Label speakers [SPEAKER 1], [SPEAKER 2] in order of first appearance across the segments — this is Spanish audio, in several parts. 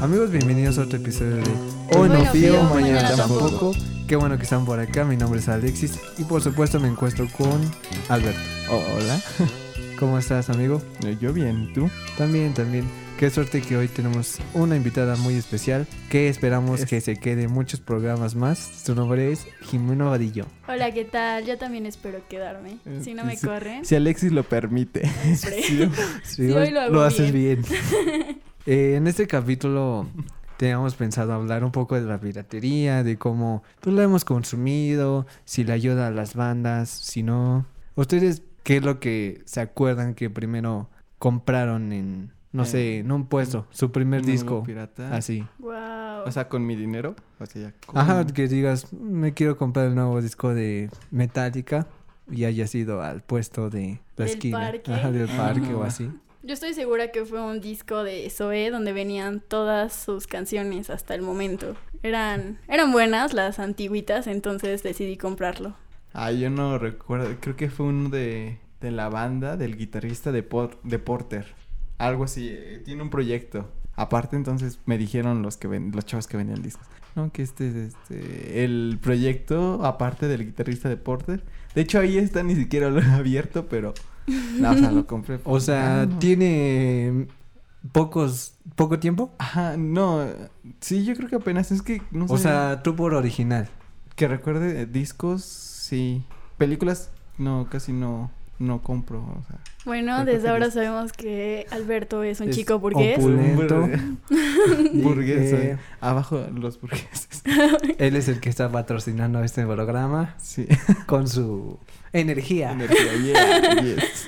[SPEAKER 1] Amigos, bienvenidos a otro episodio de
[SPEAKER 2] Hoy
[SPEAKER 1] Hoy no
[SPEAKER 2] no
[SPEAKER 1] fío,
[SPEAKER 2] fío,
[SPEAKER 1] mañana
[SPEAKER 2] mañana
[SPEAKER 1] tampoco. Qué bueno que están por acá, mi nombre es Alexis y por supuesto me encuentro con Alberto.
[SPEAKER 2] Oh, hola, Eh,
[SPEAKER 1] ¿Cómo estás, amigo?
[SPEAKER 2] yo bien, ¿tú?
[SPEAKER 1] También, también. Qué suerte que hoy tenemos una invitada muy especial que esperamos que se quede muchos programas más. Su nombre es Jimena Vadillo.
[SPEAKER 3] Hola, ¿qué tal? Yo también espero quedarme.
[SPEAKER 2] Eh,
[SPEAKER 3] Si no me
[SPEAKER 2] sí.
[SPEAKER 3] corren,
[SPEAKER 2] Si Alexis lo permite.
[SPEAKER 3] siempre.
[SPEAKER 1] Sí,
[SPEAKER 3] Sí,
[SPEAKER 1] hoy
[SPEAKER 3] hoy lo hago
[SPEAKER 1] haces bien. Eh, en este capítulo teníamos pensado hablar un poco de la piratería, de cómo pues, la hemos consumido, si le ayuda a las bandas, si no. ¿Ustedes qué es lo que se acuerdan que primero compraron en, no
[SPEAKER 2] Eh,
[SPEAKER 1] sé, en un puesto, su primer
[SPEAKER 2] Un
[SPEAKER 1] disco? Ah,
[SPEAKER 2] álbum pirata.
[SPEAKER 1] Así.
[SPEAKER 3] Wow.
[SPEAKER 2] O sea, con mi dinero. O sea, ya con-
[SPEAKER 1] Ajá, que digas, me quiero comprar el nuevo disco de Metallica y hayas ido al puesto de la
[SPEAKER 3] Del
[SPEAKER 1] esquina.
[SPEAKER 3] parque.
[SPEAKER 1] Ajá, del parque o
[SPEAKER 2] Ah.
[SPEAKER 1] así.
[SPEAKER 3] Yo estoy segura que fue un disco de Zoé donde venían todas sus canciones hasta el momento. Eran, eran buenas las antiguitas, entonces decidí comprarlo.
[SPEAKER 2] Ah, yo no recuerdo. Creo que fue uno de, de la banda del guitarrista de, Por- de Porter. Algo así. eh, tiene un proyecto. Aparte, entonces me dijeron los que ven, los chavos que vendían discos. No, que este es este. El proyecto, aparte del guitarrista de Porter. De hecho, ahí está, ni siquiera lo he abierto, pero. No, o sea, lo compré.
[SPEAKER 1] O sea,
[SPEAKER 2] Ah, no.
[SPEAKER 1] tiene pocos poco tiempo.
[SPEAKER 2] Ajá, no. Sí, yo creo que apenas. Es que no sé.
[SPEAKER 1] O sea, tú por original.
[SPEAKER 2] que recuerde eh, discos, sí. Películas, no, casi no. No compro, o sea.
[SPEAKER 3] Bueno,
[SPEAKER 2] Creo que
[SPEAKER 3] desde ahora
[SPEAKER 2] les-
[SPEAKER 3] sabemos que Alberto es un
[SPEAKER 2] Es
[SPEAKER 3] chico burgués.
[SPEAKER 1] opul- Opulento.
[SPEAKER 2] Burgués. Burgués,
[SPEAKER 1] Eh,
[SPEAKER 2] Abajo los burgueses.
[SPEAKER 1] Él es el que está patrocinando este programa
[SPEAKER 2] Sí.
[SPEAKER 1] con su energía.
[SPEAKER 2] Energía, yeah, yes.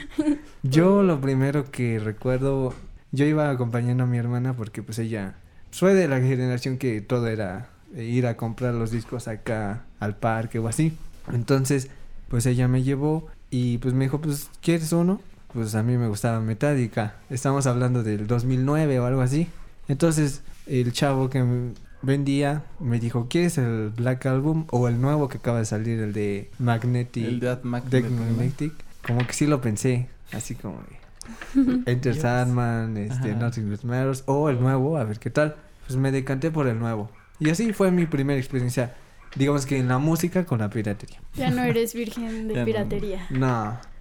[SPEAKER 1] Yo lo primero que recuerdo, yo iba acompañando a mi hermana porque pues ella fue de la generación que todo era eh, ir a comprar los discos acá al parque o así. Entonces, pues ella me llevó y pues me dijo, pues ¿quieres uno? Pues a mí me gustaba Metallica. Estamos hablando del 2009 o algo así. Entonces, el chavo que m- vendía me dijo, ¿quieres el Black Album o el nuevo que acaba de salir, el de Magnetic?
[SPEAKER 2] El Death Mac.
[SPEAKER 1] Deck Magnetic, como que sí lo pensé, así como de Enter
[SPEAKER 2] Yes.
[SPEAKER 1] Sandman, este,
[SPEAKER 2] Ajá.
[SPEAKER 1] Nothing Else Matters, o el nuevo, a ver qué tal. Pues me decanté por el nuevo. Y así fue mi primera experiencia, digamos que en la música con la piratería.
[SPEAKER 3] Ya no eres virgen de
[SPEAKER 2] Ya no.
[SPEAKER 3] piratería.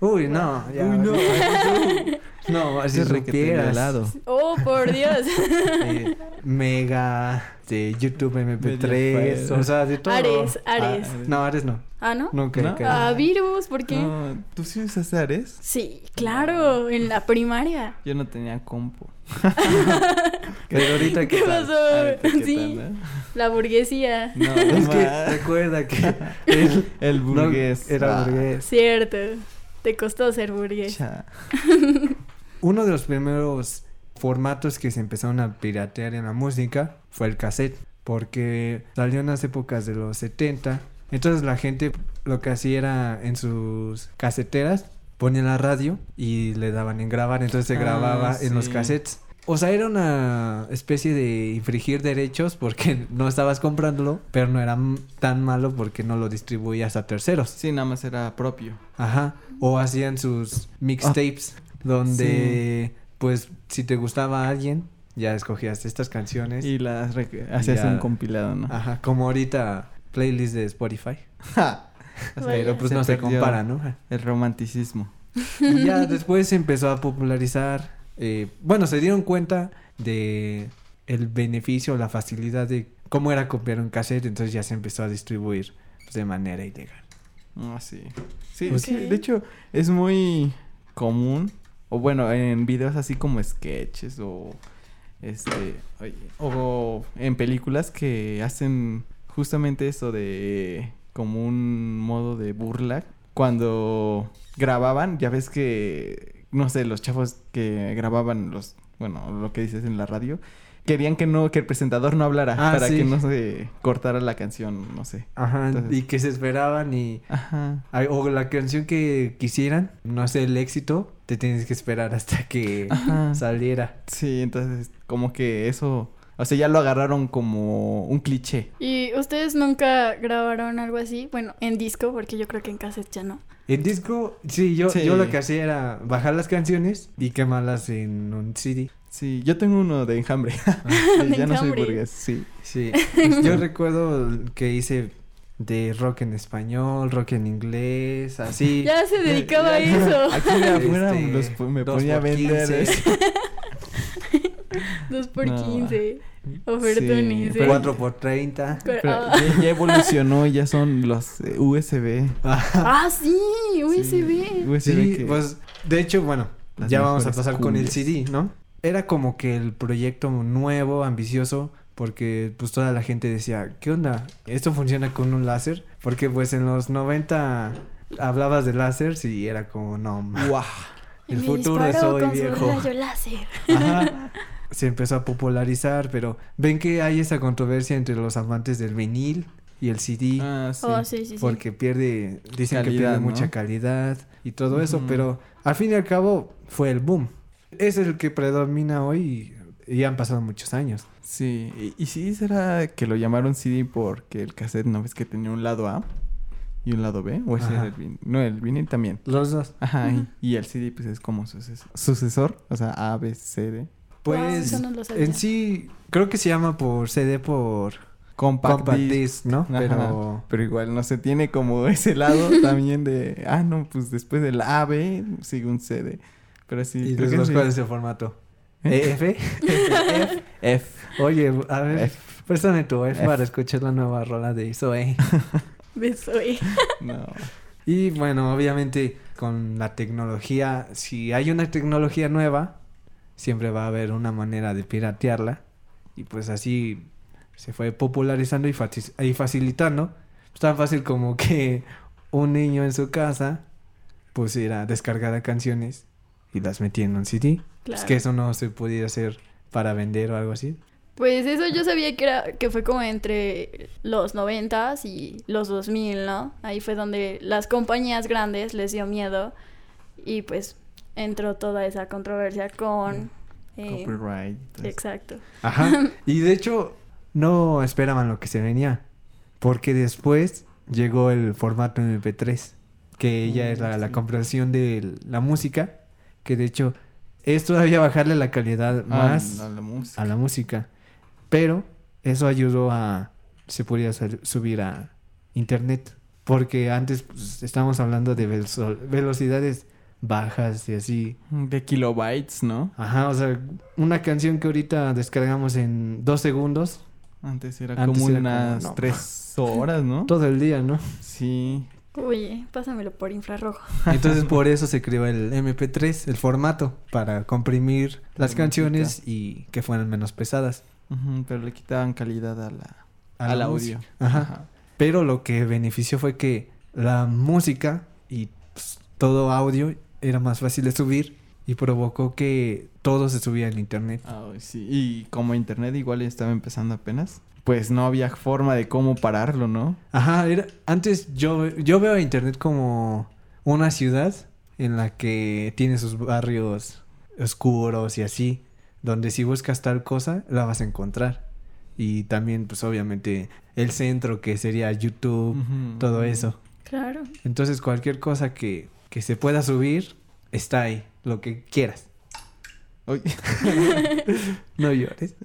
[SPEAKER 1] No, uy, no, ya.
[SPEAKER 2] Uy, no.
[SPEAKER 1] no, así
[SPEAKER 2] Ese requete
[SPEAKER 1] supieras.
[SPEAKER 2] violado.
[SPEAKER 3] Oh, por Dios.
[SPEAKER 1] Eh, Mega, de YouTube MP3,
[SPEAKER 2] Mediafire.
[SPEAKER 1] o sea, de todo.
[SPEAKER 3] Ares, Ares.
[SPEAKER 1] Ah, no, Ares no.
[SPEAKER 3] ¿Ah, no?
[SPEAKER 1] Nunca.
[SPEAKER 2] ¿No?
[SPEAKER 1] caí.
[SPEAKER 3] Ah, virus, ¿por qué?
[SPEAKER 2] No, ¿Tú sí usas Ares?
[SPEAKER 3] Sí, claro, en la primaria.
[SPEAKER 2] Yo no tenía compo.
[SPEAKER 1] Pero ahorita que
[SPEAKER 3] ¿Qué pasó?
[SPEAKER 2] Ahorita, ¿qué
[SPEAKER 3] Sí,
[SPEAKER 2] tal, eh?
[SPEAKER 3] la burguesía.
[SPEAKER 2] No, no
[SPEAKER 1] Es que
[SPEAKER 2] ma.
[SPEAKER 1] recuerda que el,
[SPEAKER 2] el
[SPEAKER 1] no,
[SPEAKER 2] burgués.
[SPEAKER 1] era
[SPEAKER 2] ah,
[SPEAKER 1] burgués.
[SPEAKER 3] Cierto. Te costó ser burgués.
[SPEAKER 2] cha.
[SPEAKER 1] Uno de los primeros formatos que se empezaron a piratear en la música fue el cassette, porque salió en las épocas de los 70. Entonces la gente lo que hacía era en sus caseteras ponían la radio y le daban en grabar, entonces se
[SPEAKER 2] Ah,
[SPEAKER 1] grababa en los
[SPEAKER 2] sí.
[SPEAKER 1] cassettes. O sea, era una especie de infringir derechos porque no estabas comprándolo, pero no era m- tan malo porque no lo distribuías a terceros.
[SPEAKER 2] Sí, nada más era propio.
[SPEAKER 1] Ajá. O hacían sus mixtapes
[SPEAKER 2] Ah,
[SPEAKER 1] donde, pues, si te gustaba alguien, ya escogías estas canciones.
[SPEAKER 2] Y las rec- hacías
[SPEAKER 1] Ya.
[SPEAKER 2] un compilado, ¿no?
[SPEAKER 1] Ajá. Como ahorita playlist de Spotify.
[SPEAKER 2] Ja.
[SPEAKER 1] Pero pues
[SPEAKER 2] Se
[SPEAKER 1] no se
[SPEAKER 2] perdió.
[SPEAKER 1] compara, ¿no?
[SPEAKER 2] El romanticismo.
[SPEAKER 1] Y ya después se empezó a popularizar. eh, bueno, se dieron cuenta de el beneficio, la facilidad de cómo era copiar un cassette, entonces ya se empezó a distribuir pues, de manera ilegal.
[SPEAKER 2] Ah, sí. Sí,
[SPEAKER 3] Ok.
[SPEAKER 2] sí, de hecho, es muy común. O bueno, en videos así como sketches o. Este. oye, O en películas que hacen justamente eso de. Como un modo de burla. Cuando grababan, ya ves que. No sé, los chavos que grababan los. Bueno, lo que dices en la radio. Querían que no, que el presentador no hablara
[SPEAKER 1] Ah,
[SPEAKER 2] para
[SPEAKER 1] sí.
[SPEAKER 2] que no se cortara la canción, no sé.
[SPEAKER 1] Ajá.
[SPEAKER 2] Entonces-
[SPEAKER 1] Y que se esperaban y
[SPEAKER 2] Ajá.
[SPEAKER 1] Ay, O la canción que quisieran, no sé, el éxito, te tienes que esperar hasta que
[SPEAKER 2] Ajá.
[SPEAKER 1] saliera.
[SPEAKER 2] Sí, entonces como que eso, o sea, ya lo agarraron como un cliché.
[SPEAKER 3] ¿Y ustedes nunca grabaron algo así? Bueno, en disco, porque yo creo que en cassette ya no.
[SPEAKER 1] El disco, sí yo,
[SPEAKER 2] Sí.
[SPEAKER 1] yo lo que hacía era bajar las canciones y quemarlas en un CD.
[SPEAKER 2] Sí, yo tengo uno de enjambre. Sí,
[SPEAKER 3] Ah. De
[SPEAKER 2] ya no soy
[SPEAKER 3] enjambre.
[SPEAKER 2] burgués, sí.
[SPEAKER 1] Sí, pues, yo recuerdo que hice de rock en español, rock en inglés, así.
[SPEAKER 3] Ya se dedicaba
[SPEAKER 2] Ya- ya-
[SPEAKER 3] a eso.
[SPEAKER 2] Aquí de afuera
[SPEAKER 1] Este,
[SPEAKER 2] los po- me
[SPEAKER 1] dos
[SPEAKER 2] ponía a
[SPEAKER 1] por
[SPEAKER 2] vender. eh.
[SPEAKER 1] 15.
[SPEAKER 2] eso.
[SPEAKER 3] Dos por
[SPEAKER 2] No,
[SPEAKER 3] quince. Ofertones.
[SPEAKER 2] Sí,
[SPEAKER 3] ¿eh?
[SPEAKER 2] pero-
[SPEAKER 1] 4 por 30.
[SPEAKER 3] Cor-
[SPEAKER 2] Pero
[SPEAKER 3] ah.
[SPEAKER 2] ya, ya evolucionó, ya son los eh, USB.
[SPEAKER 3] Ah, sí, USB.
[SPEAKER 2] Sí, USB
[SPEAKER 1] Sí,
[SPEAKER 2] que-
[SPEAKER 1] pues de hecho, bueno,
[SPEAKER 2] Las
[SPEAKER 1] ya vamos a
[SPEAKER 2] mejores
[SPEAKER 1] pasar con el
[SPEAKER 2] cumbias.
[SPEAKER 1] CD, ¿no? Era como que el proyecto nuevo, ambicioso, porque pues toda la gente decía, ¿qué onda? ¿Esto funciona con un láser? Porque pues en los 90 hablabas de láseres y era como, no, ma".
[SPEAKER 2] ¡guau!
[SPEAKER 3] Y
[SPEAKER 1] el
[SPEAKER 3] me
[SPEAKER 1] futuro es
[SPEAKER 3] disparó
[SPEAKER 1] hoy,
[SPEAKER 3] con su
[SPEAKER 1] viejo.
[SPEAKER 3] rayo láser.
[SPEAKER 1] Ajá. Se empezó a popularizar, pero ven que hay esa controversia entre los amantes del vinil y el CD.
[SPEAKER 2] Ah, sí.
[SPEAKER 3] Oh, sí, sí, sí.
[SPEAKER 1] porque pierde, dicen que
[SPEAKER 2] Calidad,
[SPEAKER 1] pierde
[SPEAKER 2] ¿no?
[SPEAKER 1] mucha calidad y todo eso,
[SPEAKER 2] Ujú.
[SPEAKER 1] pero al fin y al cabo fue el boom. Es el que predomina hoy y, y han pasado muchos años.
[SPEAKER 2] Sí, y, y sí será que lo llamaron CD porque el cassette no ves que tenía un lado A y un lado B, o ese
[SPEAKER 1] Ajá.
[SPEAKER 2] era el vinil. No, el vinil también.
[SPEAKER 1] Los dos.
[SPEAKER 2] Ajá, y- y, el CD pues es como suces- sucesor, o sea, A, B, C, D.
[SPEAKER 1] Pues
[SPEAKER 3] eso no lo sabía.
[SPEAKER 1] en sí creo que se llama por CD por
[SPEAKER 2] Compact,
[SPEAKER 1] compact
[SPEAKER 2] disc.
[SPEAKER 1] disc, ¿no?
[SPEAKER 2] Ajá.
[SPEAKER 1] Pero
[SPEAKER 2] Pero igual no se tiene como ese lado también de, ah, no, pues después del A, B sigue un C, D. Pero sí,
[SPEAKER 1] y
[SPEAKER 2] creo
[SPEAKER 1] los
[SPEAKER 2] que
[SPEAKER 1] dos
[SPEAKER 2] sí.
[SPEAKER 1] cuál es el formato.
[SPEAKER 2] ¿Eh?
[SPEAKER 1] ¿EF?
[SPEAKER 2] F. F.
[SPEAKER 1] Oye, a ver, préstame tu F,
[SPEAKER 2] F.
[SPEAKER 1] para escuchar la nueva rola de Zoe.
[SPEAKER 3] Beso, eh.
[SPEAKER 2] No.
[SPEAKER 1] Y bueno, obviamente con la tecnología, si hay una tecnología nueva, siempre va a haber una manera de piratearla. Y pues así se fue popularizando y, faci- y facilitando. Es tan fácil como que un niño en su casa pusiera descargada canciones y las metía en un CD. Es
[SPEAKER 3] Claro.
[SPEAKER 1] que eso no se podía hacer para vender o algo así.
[SPEAKER 3] Pues eso yo sabía que era que fue como entre los 90 y los 2000, ¿no? Ahí fue donde las compañías grandes les dio miedo y pues entró toda esa controversia con...
[SPEAKER 2] Mm.
[SPEAKER 3] eh,
[SPEAKER 2] Copyright. entonces.
[SPEAKER 3] exacto.
[SPEAKER 1] Ajá. Y de hecho, no esperaban lo que se venía. Porque después llegó el formato MP3, que ya
[SPEAKER 2] Mm,
[SPEAKER 1] era la
[SPEAKER 2] sí.
[SPEAKER 1] compresión de la música. Que de hecho, es todavía bajarle la calidad
[SPEAKER 2] Ah,
[SPEAKER 1] más
[SPEAKER 2] no, la música.
[SPEAKER 1] a la música. Pero eso ayudó a. Se podía sal- subir a internet. Porque antes pues, estábamos hablando de vel- velocidades bajas y así.
[SPEAKER 2] De kilobytes, ¿no?
[SPEAKER 1] Ajá, o sea, una canción que ahorita descargamos en dos segundos,
[SPEAKER 2] Antes era
[SPEAKER 1] Antes
[SPEAKER 2] como
[SPEAKER 1] era como,
[SPEAKER 2] unas
[SPEAKER 1] no.
[SPEAKER 2] tres horas, ¿no?
[SPEAKER 1] todo el día, ¿no?
[SPEAKER 2] Sí.
[SPEAKER 3] Oye, pásamelo por infrarrojo.
[SPEAKER 1] Entonces por eso se creó el MP3, el formato, para comprimir las
[SPEAKER 2] La
[SPEAKER 1] canciones y que fueran menos pesadas.
[SPEAKER 2] Ujú, pero le quitaban calidad a la,
[SPEAKER 1] a
[SPEAKER 2] al
[SPEAKER 1] la
[SPEAKER 2] audio.
[SPEAKER 1] música. Ajá. Pero lo que benefició fue que la música y pues, todo audio era más fácil de subir y provocó que todo se subía en internet.
[SPEAKER 2] Ah, sí. Y como internet igual estaba empezando apenas, pues no había forma de cómo pararlo, ¿no?
[SPEAKER 1] Ajá, era, antes yo, yo veo a internet como una ciudad en la que tiene sus barrios oscuros y así, donde si buscas tal cosa la vas a encontrar. Y también pues obviamente el centro que sería YouTube,
[SPEAKER 2] Ujú.
[SPEAKER 1] todo eso.
[SPEAKER 3] Claro.
[SPEAKER 1] Entonces cualquier cosa que, que se pueda subir está ahí, lo que quieras.
[SPEAKER 2] Uy.
[SPEAKER 1] No llores.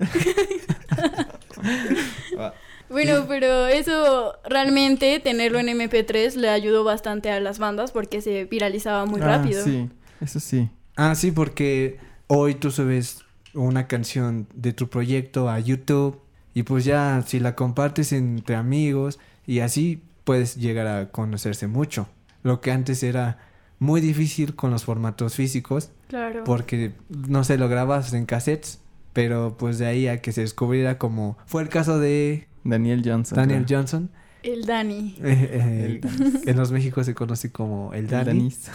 [SPEAKER 2] Ah,
[SPEAKER 3] Bueno, pero eso realmente tenerlo en MP3 le ayudó bastante a las bandas porque se viralizaba muy
[SPEAKER 2] ah,
[SPEAKER 3] rápido.
[SPEAKER 2] Sí, eso sí.
[SPEAKER 1] Ah, sí, porque hoy tú subes una canción de tu proyecto a YouTube y pues ya si la compartes entre amigos y así puedes llegar a conocerse mucho. Lo que antes era muy difícil con los formatos físicos
[SPEAKER 3] Claro.
[SPEAKER 1] porque no se lo grabas en cassettes, pero pues de ahí a que se descubriera como fue el caso de
[SPEAKER 2] Daniel Johnson.
[SPEAKER 1] Daniel
[SPEAKER 2] creo.
[SPEAKER 1] Johnson.
[SPEAKER 3] El Dani.
[SPEAKER 1] eh, eh,
[SPEAKER 2] El-
[SPEAKER 1] en los México se conoce como el
[SPEAKER 2] El
[SPEAKER 1] Dani
[SPEAKER 2] Danis.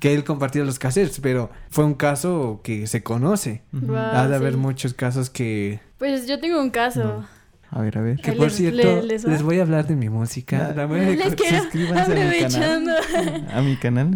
[SPEAKER 1] que él compartía los cassettes, pero fue un caso que se conoce.
[SPEAKER 2] Ujú.
[SPEAKER 3] Guau. Ah,
[SPEAKER 1] Ha de haber
[SPEAKER 3] sí.
[SPEAKER 1] muchos casos que...
[SPEAKER 3] Pues yo tengo un caso.
[SPEAKER 1] No.
[SPEAKER 2] A ver, a ver.
[SPEAKER 1] Que
[SPEAKER 3] Ahí
[SPEAKER 1] por
[SPEAKER 3] les-
[SPEAKER 1] cierto,
[SPEAKER 3] le- les
[SPEAKER 1] les,
[SPEAKER 3] va.
[SPEAKER 1] voy a hablar de mi música.
[SPEAKER 2] Ah,
[SPEAKER 1] La voy a
[SPEAKER 3] Les
[SPEAKER 1] recor-
[SPEAKER 3] quiero
[SPEAKER 2] Suscríbanse a mi canal.
[SPEAKER 3] aprovechando.
[SPEAKER 2] A mi canal.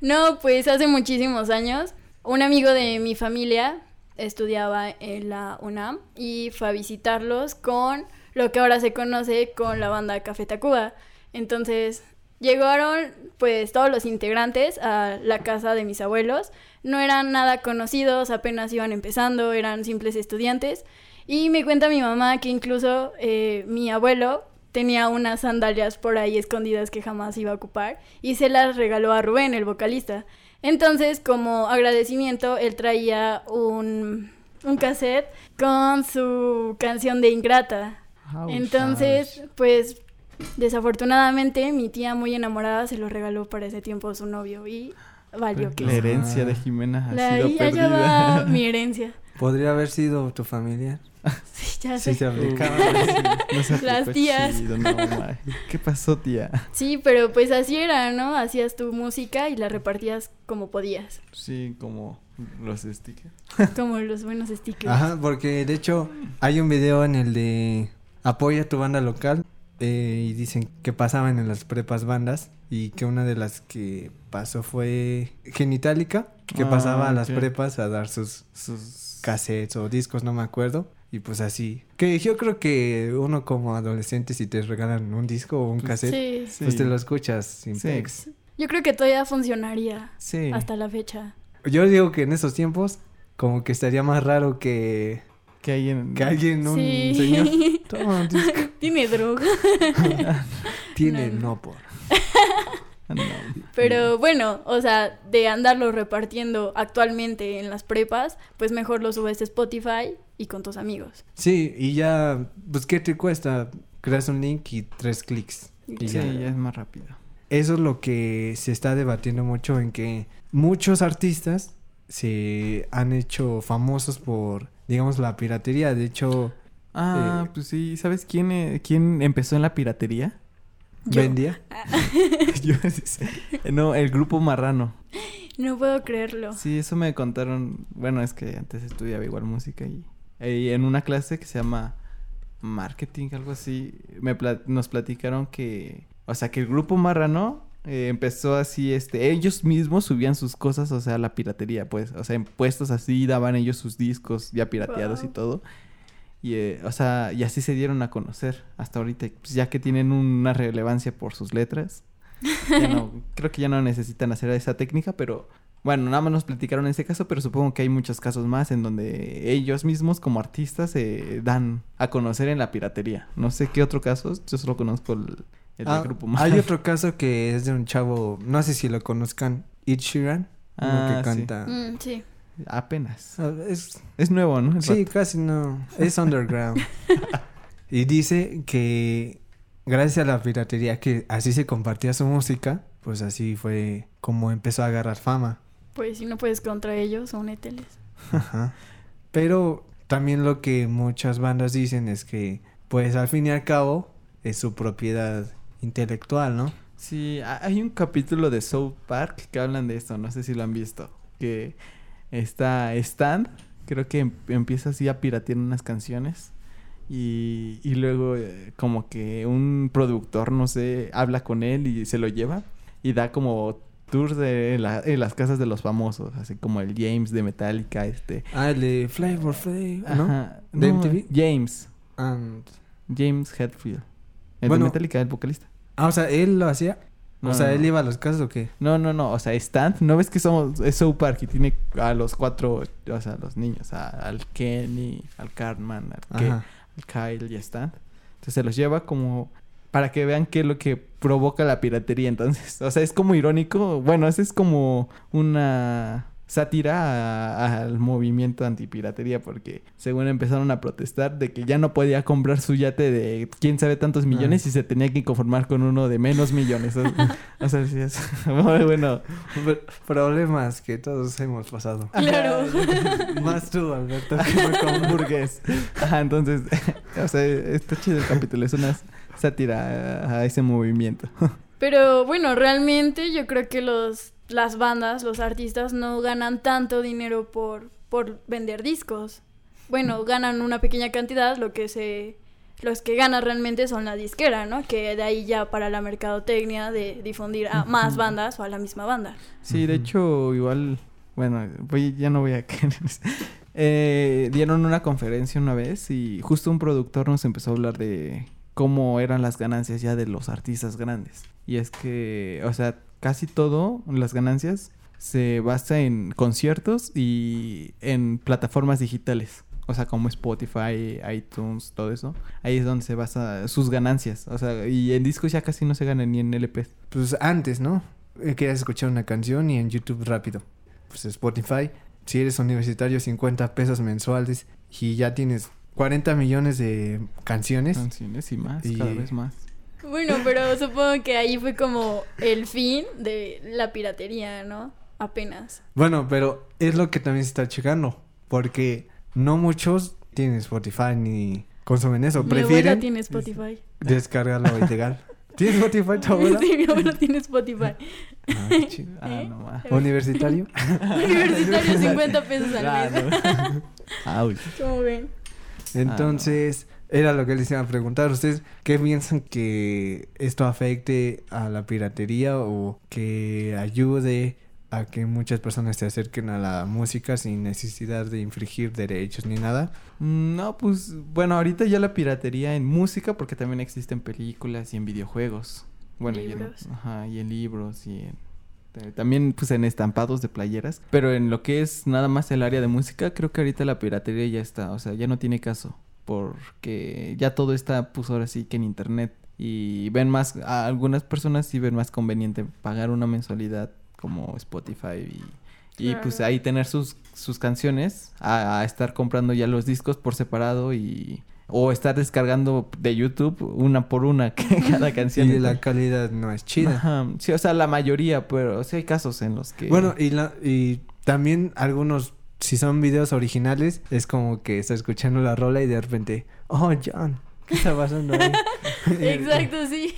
[SPEAKER 3] No, pues hace muchísimos años, un amigo de mi familia estudiaba en la UNAM y fue a visitarlos con lo que ahora se conoce con la banda Café Tacuba. Entonces, Llegaron pues todos los integrantes a la casa de mis abuelos. No eran nada conocidos, apenas iban empezando, eran simples estudiantes. Y me cuenta mi mamá que incluso eh, mi abuelo tenía unas sandalias por ahí escondidas que jamás iba a ocupar y se las regaló a Rubén, el vocalista. Entonces, como agradecimiento, él traía un, un cassette con su canción de Ingrata.
[SPEAKER 1] Ah,
[SPEAKER 2] Ouch.
[SPEAKER 3] Entonces, pues desafortunadamente mi tía muy enamorada se lo regaló para ese tiempo a su novio y valió que
[SPEAKER 2] La
[SPEAKER 1] queso.
[SPEAKER 2] herencia de Jimena ha
[SPEAKER 3] la
[SPEAKER 2] sido
[SPEAKER 3] ahí allá va
[SPEAKER 2] perdida.
[SPEAKER 3] mi herencia.
[SPEAKER 1] Podría haber sido tu familia.
[SPEAKER 3] Sí, ya
[SPEAKER 1] Sí,
[SPEAKER 3] sé.
[SPEAKER 1] se aplicaba.
[SPEAKER 2] No se aplicó
[SPEAKER 3] Las tías.
[SPEAKER 2] chido, no, ma. ¿Qué pasó, tía?
[SPEAKER 3] Sí, pero pues así era, ¿no? Hacías tu música y la repartías como podías,
[SPEAKER 2] Sí, como los stickers.
[SPEAKER 3] como los buenos stickers.
[SPEAKER 1] Ajá, porque de hecho hay un video en el de apoya tu banda local eh, y dicen que pasaban en las prepas bandas y que una de las que pasó fue Genitalica, que
[SPEAKER 2] Ah,
[SPEAKER 1] pasaba a las
[SPEAKER 2] ok.
[SPEAKER 1] prepas a dar sus
[SPEAKER 2] Sus...
[SPEAKER 1] cassettes o discos, no me acuerdo. Y pues así. Que yo creo que uno como adolescente si te regalan un disco o un
[SPEAKER 2] Pues
[SPEAKER 1] cassette,
[SPEAKER 3] Sí.
[SPEAKER 2] Sí.
[SPEAKER 1] pues te lo escuchas sin
[SPEAKER 2] Sí.
[SPEAKER 1] pex.
[SPEAKER 3] Yo creo que todavía funcionaría
[SPEAKER 2] Sí.
[SPEAKER 3] hasta la fecha.
[SPEAKER 1] Yo digo que en esos tiempos como que estaría más raro que,
[SPEAKER 2] Que hay en...
[SPEAKER 1] que alguien, un
[SPEAKER 3] sí.
[SPEAKER 1] señor, toma un disco.
[SPEAKER 3] Tiene droga.
[SPEAKER 1] Tiene no,
[SPEAKER 3] No, no.
[SPEAKER 1] por.
[SPEAKER 2] Ah, no.
[SPEAKER 3] Pero bueno, o sea, de andarlo repartiendo actualmente en las prepas, pues mejor lo subes a Spotify y con tus amigos.
[SPEAKER 1] Sí, y ya, pues ¿qué te cuesta? Creas un link y tres clics. Y
[SPEAKER 2] Sí,
[SPEAKER 1] ya.
[SPEAKER 2] ya es más rápido.
[SPEAKER 1] Eso es lo que se está debatiendo mucho en que muchos artistas se han hecho famosos por, digamos, la piratería. De hecho,
[SPEAKER 2] Ah,
[SPEAKER 1] Eh,
[SPEAKER 2] pues sí. ¿Sabes quién, eh, quién empezó en la piratería?
[SPEAKER 3] Yo.
[SPEAKER 1] vendía.
[SPEAKER 2] Yo sí sé. No, el grupo Marrano.
[SPEAKER 3] No puedo creerlo.
[SPEAKER 2] Sí, eso me contaron. Bueno, es que antes estudiaba igual música y, eh, y en una clase que se llama marketing, algo así, me pla- nos platicaron que, o sea, que el grupo Marrano eh, empezó así, este, ellos mismos subían sus cosas, o sea, la piratería, pues, o sea, en puestos así daban ellos sus discos ya pirateados y
[SPEAKER 3] Wow.
[SPEAKER 2] todo. Y, eh, o sea, y así se dieron a conocer hasta ahorita, pues, ya que tienen una relevancia por sus letras. ya no- creo que ya no necesitan hacer esa técnica, pero bueno, nada más nos platicaron ese caso, pero supongo que hay muchos casos más en donde ellos mismos como artistas se dan a conocer en la piratería. No sé qué otro caso, yo solo conozco el, el
[SPEAKER 1] Ah,
[SPEAKER 2] del grupo más.
[SPEAKER 1] hay otro caso que es de un chavo, no sé si lo conozcan, Ed Sheeran, uno
[SPEAKER 2] Ah,
[SPEAKER 1] que
[SPEAKER 2] sí.
[SPEAKER 1] canta.
[SPEAKER 3] Mm, sí.
[SPEAKER 2] Apenas.
[SPEAKER 1] Ah, es-
[SPEAKER 2] Es nuevo, ¿no? El
[SPEAKER 1] sí,
[SPEAKER 2] vato.
[SPEAKER 1] casi no. Es underground. y dice que gracias a la piratería que así se compartía su música, pues así fue como empezó a agarrar fama.
[SPEAKER 3] Pues si no puedes contra ellos, úneteles.
[SPEAKER 1] Ajá. Pero también lo que muchas bandas dicen es que, pues al fin y al cabo, es su propiedad intelectual, ¿no?
[SPEAKER 2] Sí, ha- hay un capítulo de South Park que hablan de esto, no sé si lo han visto. Que está Stan, creo que em- empieza así a piratear unas canciones. Y, y luego eh, como que un productor, no sé, habla con él y se lo lleva. Y da como tours de la- en las casas de los famosos, así como el James de Metallica, este...
[SPEAKER 1] Ah, el de Flavor Flav, ¿no?
[SPEAKER 2] Ajá.
[SPEAKER 1] ¿De
[SPEAKER 2] No,
[SPEAKER 1] MTV?
[SPEAKER 2] James,
[SPEAKER 1] And-
[SPEAKER 2] James Hetfield. El
[SPEAKER 1] Bueno.
[SPEAKER 2] de Metallica, el vocalista.
[SPEAKER 1] Ah, o sea, él lo hacía.
[SPEAKER 2] No,
[SPEAKER 1] o sea,
[SPEAKER 2] no,
[SPEAKER 1] él
[SPEAKER 2] no.
[SPEAKER 1] iba a los casos o qué.
[SPEAKER 2] No, no, no, o sea, Stan, ¿no ves que somos, es South Park y tiene a los cuatro, o sea, a los niños, a- al Kenny, al Cartman, al, Ke-
[SPEAKER 1] Ajá.
[SPEAKER 2] al Kyle y a Stan. Entonces se los lleva como para que vean qué es lo que provoca la piratería, entonces, o sea, es como irónico, bueno, ese es como una sátira a- al movimiento antipiratería porque según empezaron a protestar de que ya no podía comprar su yate de quién sabe tantos millones y se tenía que conformar con uno de menos millones. O, o sea, sí es muy bueno.
[SPEAKER 1] Problemas que todos hemos pasado.
[SPEAKER 3] Claro.
[SPEAKER 1] Más tú, Alberto.
[SPEAKER 2] con burgués. Ajá, entonces, o sea, está chido el capítulo. Es una sátira a ese movimiento.
[SPEAKER 3] Pero bueno, realmente yo creo que los, las bandas, los artistas no ganan tanto dinero por, por vender discos. Bueno, ganan una pequeña cantidad, lo que se los que ganan realmente son la disquera, ¿no? Que de ahí ya para la mercadotecnia de difundir a más bandas o a la misma banda.
[SPEAKER 2] Sí, de
[SPEAKER 1] Ujú.
[SPEAKER 2] hecho, igual, bueno, voy- ya no voy a caer en eso. Eh, dieron una conferencia una vez y justo un productor nos empezó a hablar de cómo eran las ganancias ya de los artistas grandes. Y es que, o sea, casi todo, las ganancias, se basa en conciertos y en plataformas digitales. O sea, como Spotify, iTunes, todo eso. Ahí es donde se basa sus ganancias. O sea, y en discos ya casi no se ganan ni en LPs.
[SPEAKER 1] Pues antes, ¿no? Eh, Querías escuchar una canción y en YouTube rápido. Pues Spotify, si eres universitario, 50 pesos mensuales y ya tienes 40 millones de canciones.
[SPEAKER 2] Canciones y más,
[SPEAKER 1] Y-
[SPEAKER 2] cada vez más.
[SPEAKER 3] Bueno, pero supongo que ahí fue como el fin de la piratería, ¿no? Apenas.
[SPEAKER 1] Bueno, pero es lo que también se está checando. Porque no muchos tienen Spotify ni consumen eso.
[SPEAKER 3] Mi abuela
[SPEAKER 1] Prefieren
[SPEAKER 3] tiene Spotify.
[SPEAKER 1] descargarlo ilegal. ¿Tienes Spotify, tu abuela?
[SPEAKER 3] Sí, mi abuela tiene Spotify.
[SPEAKER 1] Ah, qué chido.
[SPEAKER 2] Ah,
[SPEAKER 3] ¿Eh?
[SPEAKER 2] no más.
[SPEAKER 1] Universitario.
[SPEAKER 3] Universitario, 50 pesos al mes.
[SPEAKER 2] Claro. Ouch.
[SPEAKER 3] ¿Cómo ven?
[SPEAKER 2] Ah,
[SPEAKER 1] Entonces, era lo que les iba a preguntar. ¿Ustedes qué piensan que esto afecte a la piratería o que ayude a que muchas personas se acerquen a la música sin necesidad de infringir derechos ni nada?
[SPEAKER 2] No, pues bueno, ahorita ya la piratería en música, porque también existen películas y en videojuegos. Bueno, y en-
[SPEAKER 3] Libros.
[SPEAKER 2] ajá, y en libros y en- eh, también pues en estampados de playeras. Pero en lo que es nada más el área de música, creo que ahorita la piratería ya está, o sea, ya no tiene caso. Porque ya todo está pues ahora sí que en internet. Y ven más, a algunas personas sí ven más conveniente pagar una mensualidad como Spotify y y pues
[SPEAKER 3] Claro.
[SPEAKER 2] ahí tener sus, sus canciones a, a estar comprando ya los discos por separado y... O estar descargando de YouTube una por una que cada canción.
[SPEAKER 1] Y la calidad no es chida.
[SPEAKER 2] Ajá. Sí, o sea, la mayoría, pero sí hay casos en los que...
[SPEAKER 1] Bueno, y, la- y también algunos, si son videos originales, es como que está escuchando la rola y de repente, oh, John, ¿qué está pasando ahí?"
[SPEAKER 3] Exacto, sí.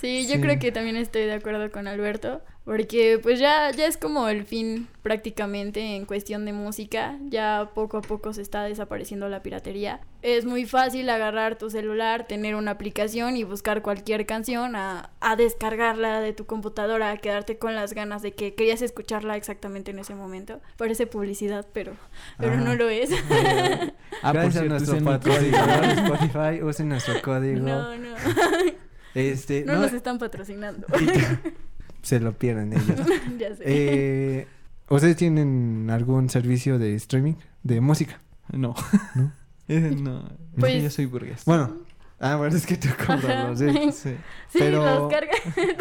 [SPEAKER 3] Sí, yo
[SPEAKER 1] Sí.
[SPEAKER 3] creo que también estoy de acuerdo con Alberto, porque pues ya, ya es como el fin prácticamente en cuestión de música, ya poco a poco se está desapareciendo la piratería. Es muy fácil agarrar tu celular, tener una aplicación y buscar cualquier canción a, a descargarla de tu computadora, a quedarte con las ganas de que querías escucharla exactamente en ese momento. Parece publicidad, pero, pero
[SPEAKER 1] Ajá.
[SPEAKER 3] no lo es.
[SPEAKER 2] Ah, por
[SPEAKER 1] Gracias a
[SPEAKER 2] cierto,
[SPEAKER 1] nuestro
[SPEAKER 2] usen mi
[SPEAKER 1] código
[SPEAKER 2] código.
[SPEAKER 1] de Spotify, usen nuestro código.
[SPEAKER 3] No, no.
[SPEAKER 1] Este,
[SPEAKER 3] No
[SPEAKER 1] no,
[SPEAKER 2] eh".
[SPEAKER 3] nos están patrocinando.
[SPEAKER 1] se lo pierden ellos.
[SPEAKER 3] ya sé.
[SPEAKER 1] Eh, ¿Ustedes tienen algún servicio de streaming de música?
[SPEAKER 2] No.
[SPEAKER 1] ¿No?
[SPEAKER 2] Eh, no.
[SPEAKER 3] Pues-
[SPEAKER 2] Es que yo soy burgués.
[SPEAKER 1] Bueno, ah, bueno, es que tú
[SPEAKER 3] Ajá.
[SPEAKER 1] comprarlo, sí.
[SPEAKER 2] Sí.
[SPEAKER 3] Sí,
[SPEAKER 1] Pero-
[SPEAKER 3] los carga.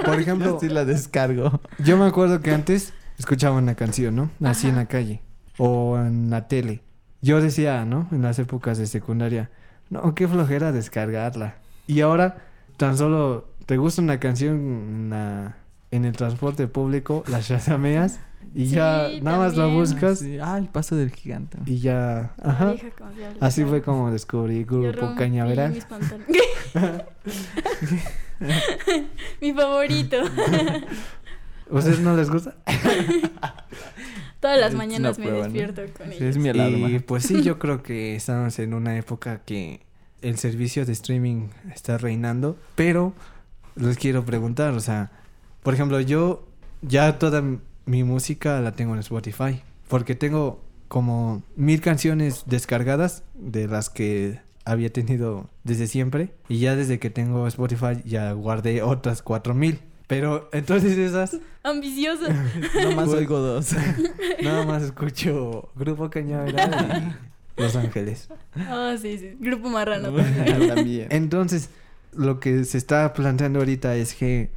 [SPEAKER 1] Por ejemplo,
[SPEAKER 2] Yo sí la descargo.
[SPEAKER 1] Yo me acuerdo que antes escuchaba una canción, ¿no? Así en la calle o en la tele. Yo decía, ¿no? En las épocas de secundaria, no, qué flojera descargarla. Y ahora tan solo te gusta una canción en, la- en el transporte público, la chasameas y
[SPEAKER 3] Sí,
[SPEAKER 1] ya nada más la
[SPEAKER 3] también.
[SPEAKER 1] buscas
[SPEAKER 2] Sí. Ah, el paso del gigante.
[SPEAKER 1] y ya,
[SPEAKER 3] La
[SPEAKER 1] ajá.
[SPEAKER 3] vieja confiable.
[SPEAKER 1] Así fue como descubrí
[SPEAKER 3] Yo
[SPEAKER 1] Grupo
[SPEAKER 3] rompí
[SPEAKER 1] Cañaveral.
[SPEAKER 3] mis pantalones. Mi favorito.
[SPEAKER 1] ¿Ustedes no les gusta?
[SPEAKER 3] Todas las
[SPEAKER 2] Es una
[SPEAKER 3] mañanas me
[SPEAKER 2] prueba, ¿no?
[SPEAKER 3] despierto con
[SPEAKER 2] Sí,
[SPEAKER 3] ellos.
[SPEAKER 2] es mi alarma.
[SPEAKER 1] Y pues sí, yo creo que estamos en una época que el servicio de streaming está reinando, pero les quiero preguntar, o sea, por ejemplo, yo ya toda m- mi música la tengo en Spotify, porque tengo como mil canciones descargadas de las que había tenido desde siempre, y ya desde que tengo Spotify ya guardé otras cuatro mil, pero entonces esas
[SPEAKER 3] Ambicioso.
[SPEAKER 2] Nomás
[SPEAKER 1] Pues-
[SPEAKER 2] oigo dos.
[SPEAKER 1] nada más escucho Grupo Cañaveral y Los Ángeles.
[SPEAKER 3] Ah, sí, sí. Grupo Marrano.
[SPEAKER 2] También.
[SPEAKER 1] Entonces, lo que se está planteando ahorita es que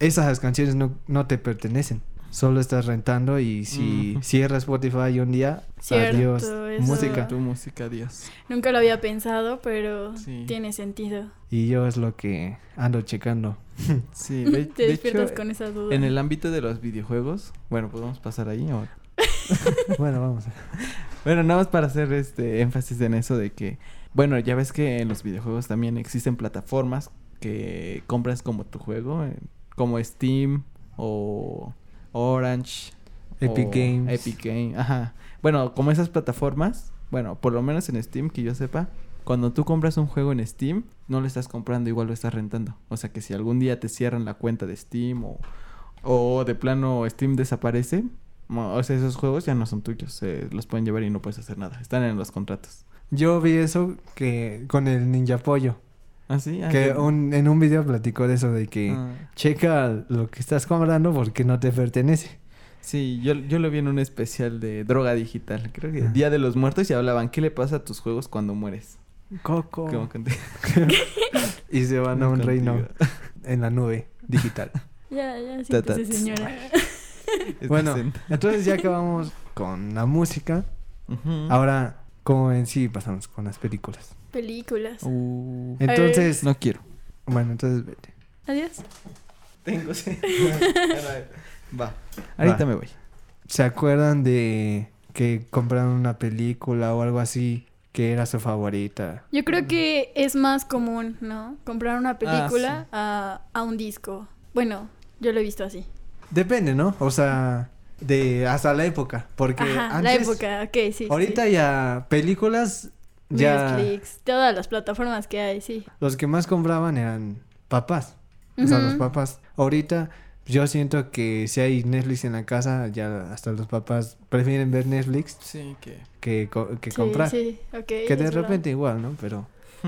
[SPEAKER 1] esas canciones no, no te pertenecen. Solo estás rentando y si
[SPEAKER 2] Ujú.
[SPEAKER 1] cierras Spotify un día,
[SPEAKER 3] Cierto,
[SPEAKER 1] adiós.
[SPEAKER 3] eso-
[SPEAKER 1] Música.
[SPEAKER 2] Tu música, Dios.
[SPEAKER 3] Nunca lo había pensado, pero
[SPEAKER 2] Sí.
[SPEAKER 3] tiene sentido.
[SPEAKER 1] Y yo es lo que ando checando.
[SPEAKER 2] Sí, de,
[SPEAKER 3] Te
[SPEAKER 2] de
[SPEAKER 3] despiertas
[SPEAKER 2] hecho,
[SPEAKER 3] con esa duda.
[SPEAKER 2] en el ámbito de los videojuegos, bueno, podemos pasar ahí. o-
[SPEAKER 1] bueno, vamos.
[SPEAKER 2] Bueno, nada más para hacer este énfasis en eso de que, bueno, ya ves que en los videojuegos también existen plataformas que compras como tu juego, eh, como Steam o Orange.
[SPEAKER 1] Epic
[SPEAKER 2] o
[SPEAKER 1] Games.
[SPEAKER 2] Epic Games, ajá. Bueno, como esas plataformas, bueno, por lo menos en Steam, que yo sepa, cuando tú compras un juego en Steam, no lo estás comprando, igual lo estás rentando. O sea que si algún día te cierran la cuenta de Steam o, o de plano Steam desaparece, mo- o sea, esos juegos ya no son tuyos, se los pueden llevar y no puedes hacer nada, están en los contratos.
[SPEAKER 1] Yo vi eso que con el Ninja Pollo.
[SPEAKER 2] ¿Ah, sí? Ah,
[SPEAKER 1] Que
[SPEAKER 2] sí.
[SPEAKER 1] un- en un video platicó de eso de que
[SPEAKER 2] Ah,
[SPEAKER 1] checa lo que estás comprando porque no te pertenece.
[SPEAKER 2] sí, yo, yo lo vi en un especial de droga digital. Creo que
[SPEAKER 1] Ah.
[SPEAKER 2] Día de los Muertos y hablaban, ¿qué le pasa a tus juegos cuando mueres?
[SPEAKER 1] Coco.
[SPEAKER 2] Como con-
[SPEAKER 1] Y se Oh. van a un
[SPEAKER 2] contigo.
[SPEAKER 1] reino en la nube digital.
[SPEAKER 3] Ya, ya,
[SPEAKER 2] Ta-ta.
[SPEAKER 3] siéntese, señora.
[SPEAKER 2] Estás
[SPEAKER 1] bueno,
[SPEAKER 2] en-
[SPEAKER 1] entonces ya acabamos con la música.
[SPEAKER 2] Ujú.
[SPEAKER 1] Ahora, como en sí, pasamos con las películas.
[SPEAKER 3] Películas.
[SPEAKER 2] Uh,
[SPEAKER 3] Eh.
[SPEAKER 1] Entonces,
[SPEAKER 2] no quiero.
[SPEAKER 1] bueno, entonces vete.
[SPEAKER 3] Adiós.
[SPEAKER 2] Tengo sed. Va. Ahorita
[SPEAKER 1] Va.
[SPEAKER 2] me voy.
[SPEAKER 1] ¿Se acuerdan de que compraron una película o algo así que era su favorita?
[SPEAKER 3] Yo creo que es más común, ¿no? Comprar
[SPEAKER 1] Ah,
[SPEAKER 3] una película
[SPEAKER 2] sí.
[SPEAKER 3] a, a un disco. Bueno, yo lo he visto así.
[SPEAKER 1] Depende, ¿no? O sea, de hasta la época. Porque
[SPEAKER 3] Ajá,
[SPEAKER 1] antes,
[SPEAKER 3] la época, ok, sí, sí.
[SPEAKER 1] Ahorita ya películas, ya
[SPEAKER 3] Netflix, todas las plataformas que hay, sí.
[SPEAKER 1] los que más compraban eran papás. O sea, los
[SPEAKER 3] Ujú.
[SPEAKER 1] papás. Ahorita yo siento que si hay Netflix en la casa, ya hasta los papás prefieren ver Netflix
[SPEAKER 2] Sí, que.
[SPEAKER 1] que, co- que
[SPEAKER 3] Sí,
[SPEAKER 1] comprar.
[SPEAKER 3] Sí, ok.
[SPEAKER 1] que de
[SPEAKER 3] es verdad.
[SPEAKER 1] repente ah. igual, ¿no? Pero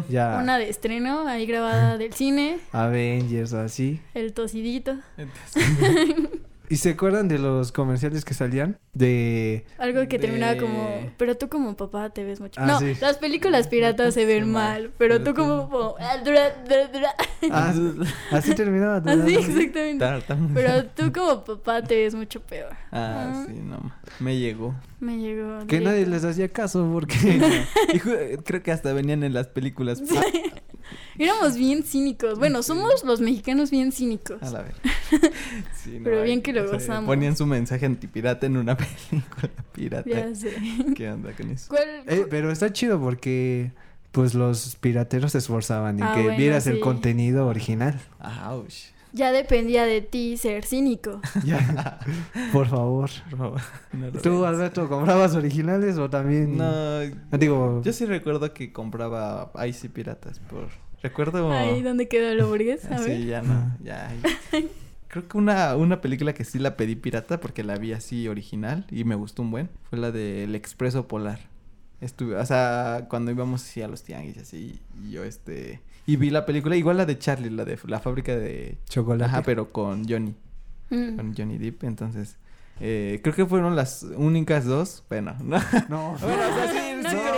[SPEAKER 1] ya
[SPEAKER 3] Una de estreno, ahí grabada del cine,
[SPEAKER 1] Avengers o así.
[SPEAKER 3] el tosidito,
[SPEAKER 1] ¿Y se acuerdan de los comerciales que salían? De...
[SPEAKER 3] algo que terminaba
[SPEAKER 2] De-
[SPEAKER 3] como, pero tú como papá te ves mucho.
[SPEAKER 1] Ah,
[SPEAKER 3] no,
[SPEAKER 1] sí.
[SPEAKER 3] las películas piratas se ven
[SPEAKER 2] Sí, mal.
[SPEAKER 3] mal, pero
[SPEAKER 2] Pero
[SPEAKER 3] tú
[SPEAKER 2] tú-
[SPEAKER 3] como... como, ah, dra, dra, dra.
[SPEAKER 1] Ah, así terminaba. ¿verdad?
[SPEAKER 3] Así, Ah, exactamente.
[SPEAKER 2] Tartam-
[SPEAKER 3] Pero tú como papá te ves mucho peor.
[SPEAKER 2] Ah,
[SPEAKER 3] Ah.
[SPEAKER 2] sí, no. ma- Me llegó.
[SPEAKER 3] Me llegó.
[SPEAKER 1] Que
[SPEAKER 3] directo.
[SPEAKER 1] nadie les hacía caso porque...
[SPEAKER 2] Y ju- eh, creo que hasta venían en las películas.
[SPEAKER 3] Sí. Éramos bien cínicos. Bueno, somos los mexicanos bien cínicos.
[SPEAKER 2] A la ver. Sí, no,
[SPEAKER 3] Pero
[SPEAKER 2] ay,
[SPEAKER 3] bien que lo
[SPEAKER 2] o sea,
[SPEAKER 3] gozamos.
[SPEAKER 2] Ponían su mensaje antipirata en una película pirata.
[SPEAKER 3] Ya sé.
[SPEAKER 2] ¿Qué onda con eso?
[SPEAKER 3] ¿Cuál?
[SPEAKER 1] Eh, pero está chido porque pues los pirateros se esforzaban en
[SPEAKER 3] Ah,
[SPEAKER 1] que
[SPEAKER 3] bueno,
[SPEAKER 1] vieras
[SPEAKER 3] sí.
[SPEAKER 1] el contenido original.
[SPEAKER 2] Ouch.
[SPEAKER 3] Ya dependía de ti ser cínico.
[SPEAKER 1] Ya. Por favor.
[SPEAKER 2] Por favor. no lo
[SPEAKER 1] ¿Tú,
[SPEAKER 2] veas.
[SPEAKER 1] Alberto, comprabas originales o también?
[SPEAKER 2] No.
[SPEAKER 1] Digo,
[SPEAKER 2] Yo sí recuerdo que compraba Ice piratas por.
[SPEAKER 1] Oh.
[SPEAKER 2] Recuerdo.
[SPEAKER 3] Ahí donde quedó el hamburgués, a ver.
[SPEAKER 2] Sí, ya no, ya. Creo que una, una película que sí la pedí pirata porque la vi así original y me gustó un buen fue la del Expreso Polar. Estuve, o sea, cuando íbamos así a los tianguis y así, y yo este... Y vi la película, igual la de Charlie, la de la fábrica de...
[SPEAKER 1] chocolate.
[SPEAKER 2] Ajá, pero con Johnny,
[SPEAKER 3] Mm.
[SPEAKER 2] con Johnny Depp, entonces... eh, creo que fueron las únicas dos, bueno, no.
[SPEAKER 1] No.
[SPEAKER 2] Bueno, o sea, sí,
[SPEAKER 3] No
[SPEAKER 2] sí.
[SPEAKER 3] creo.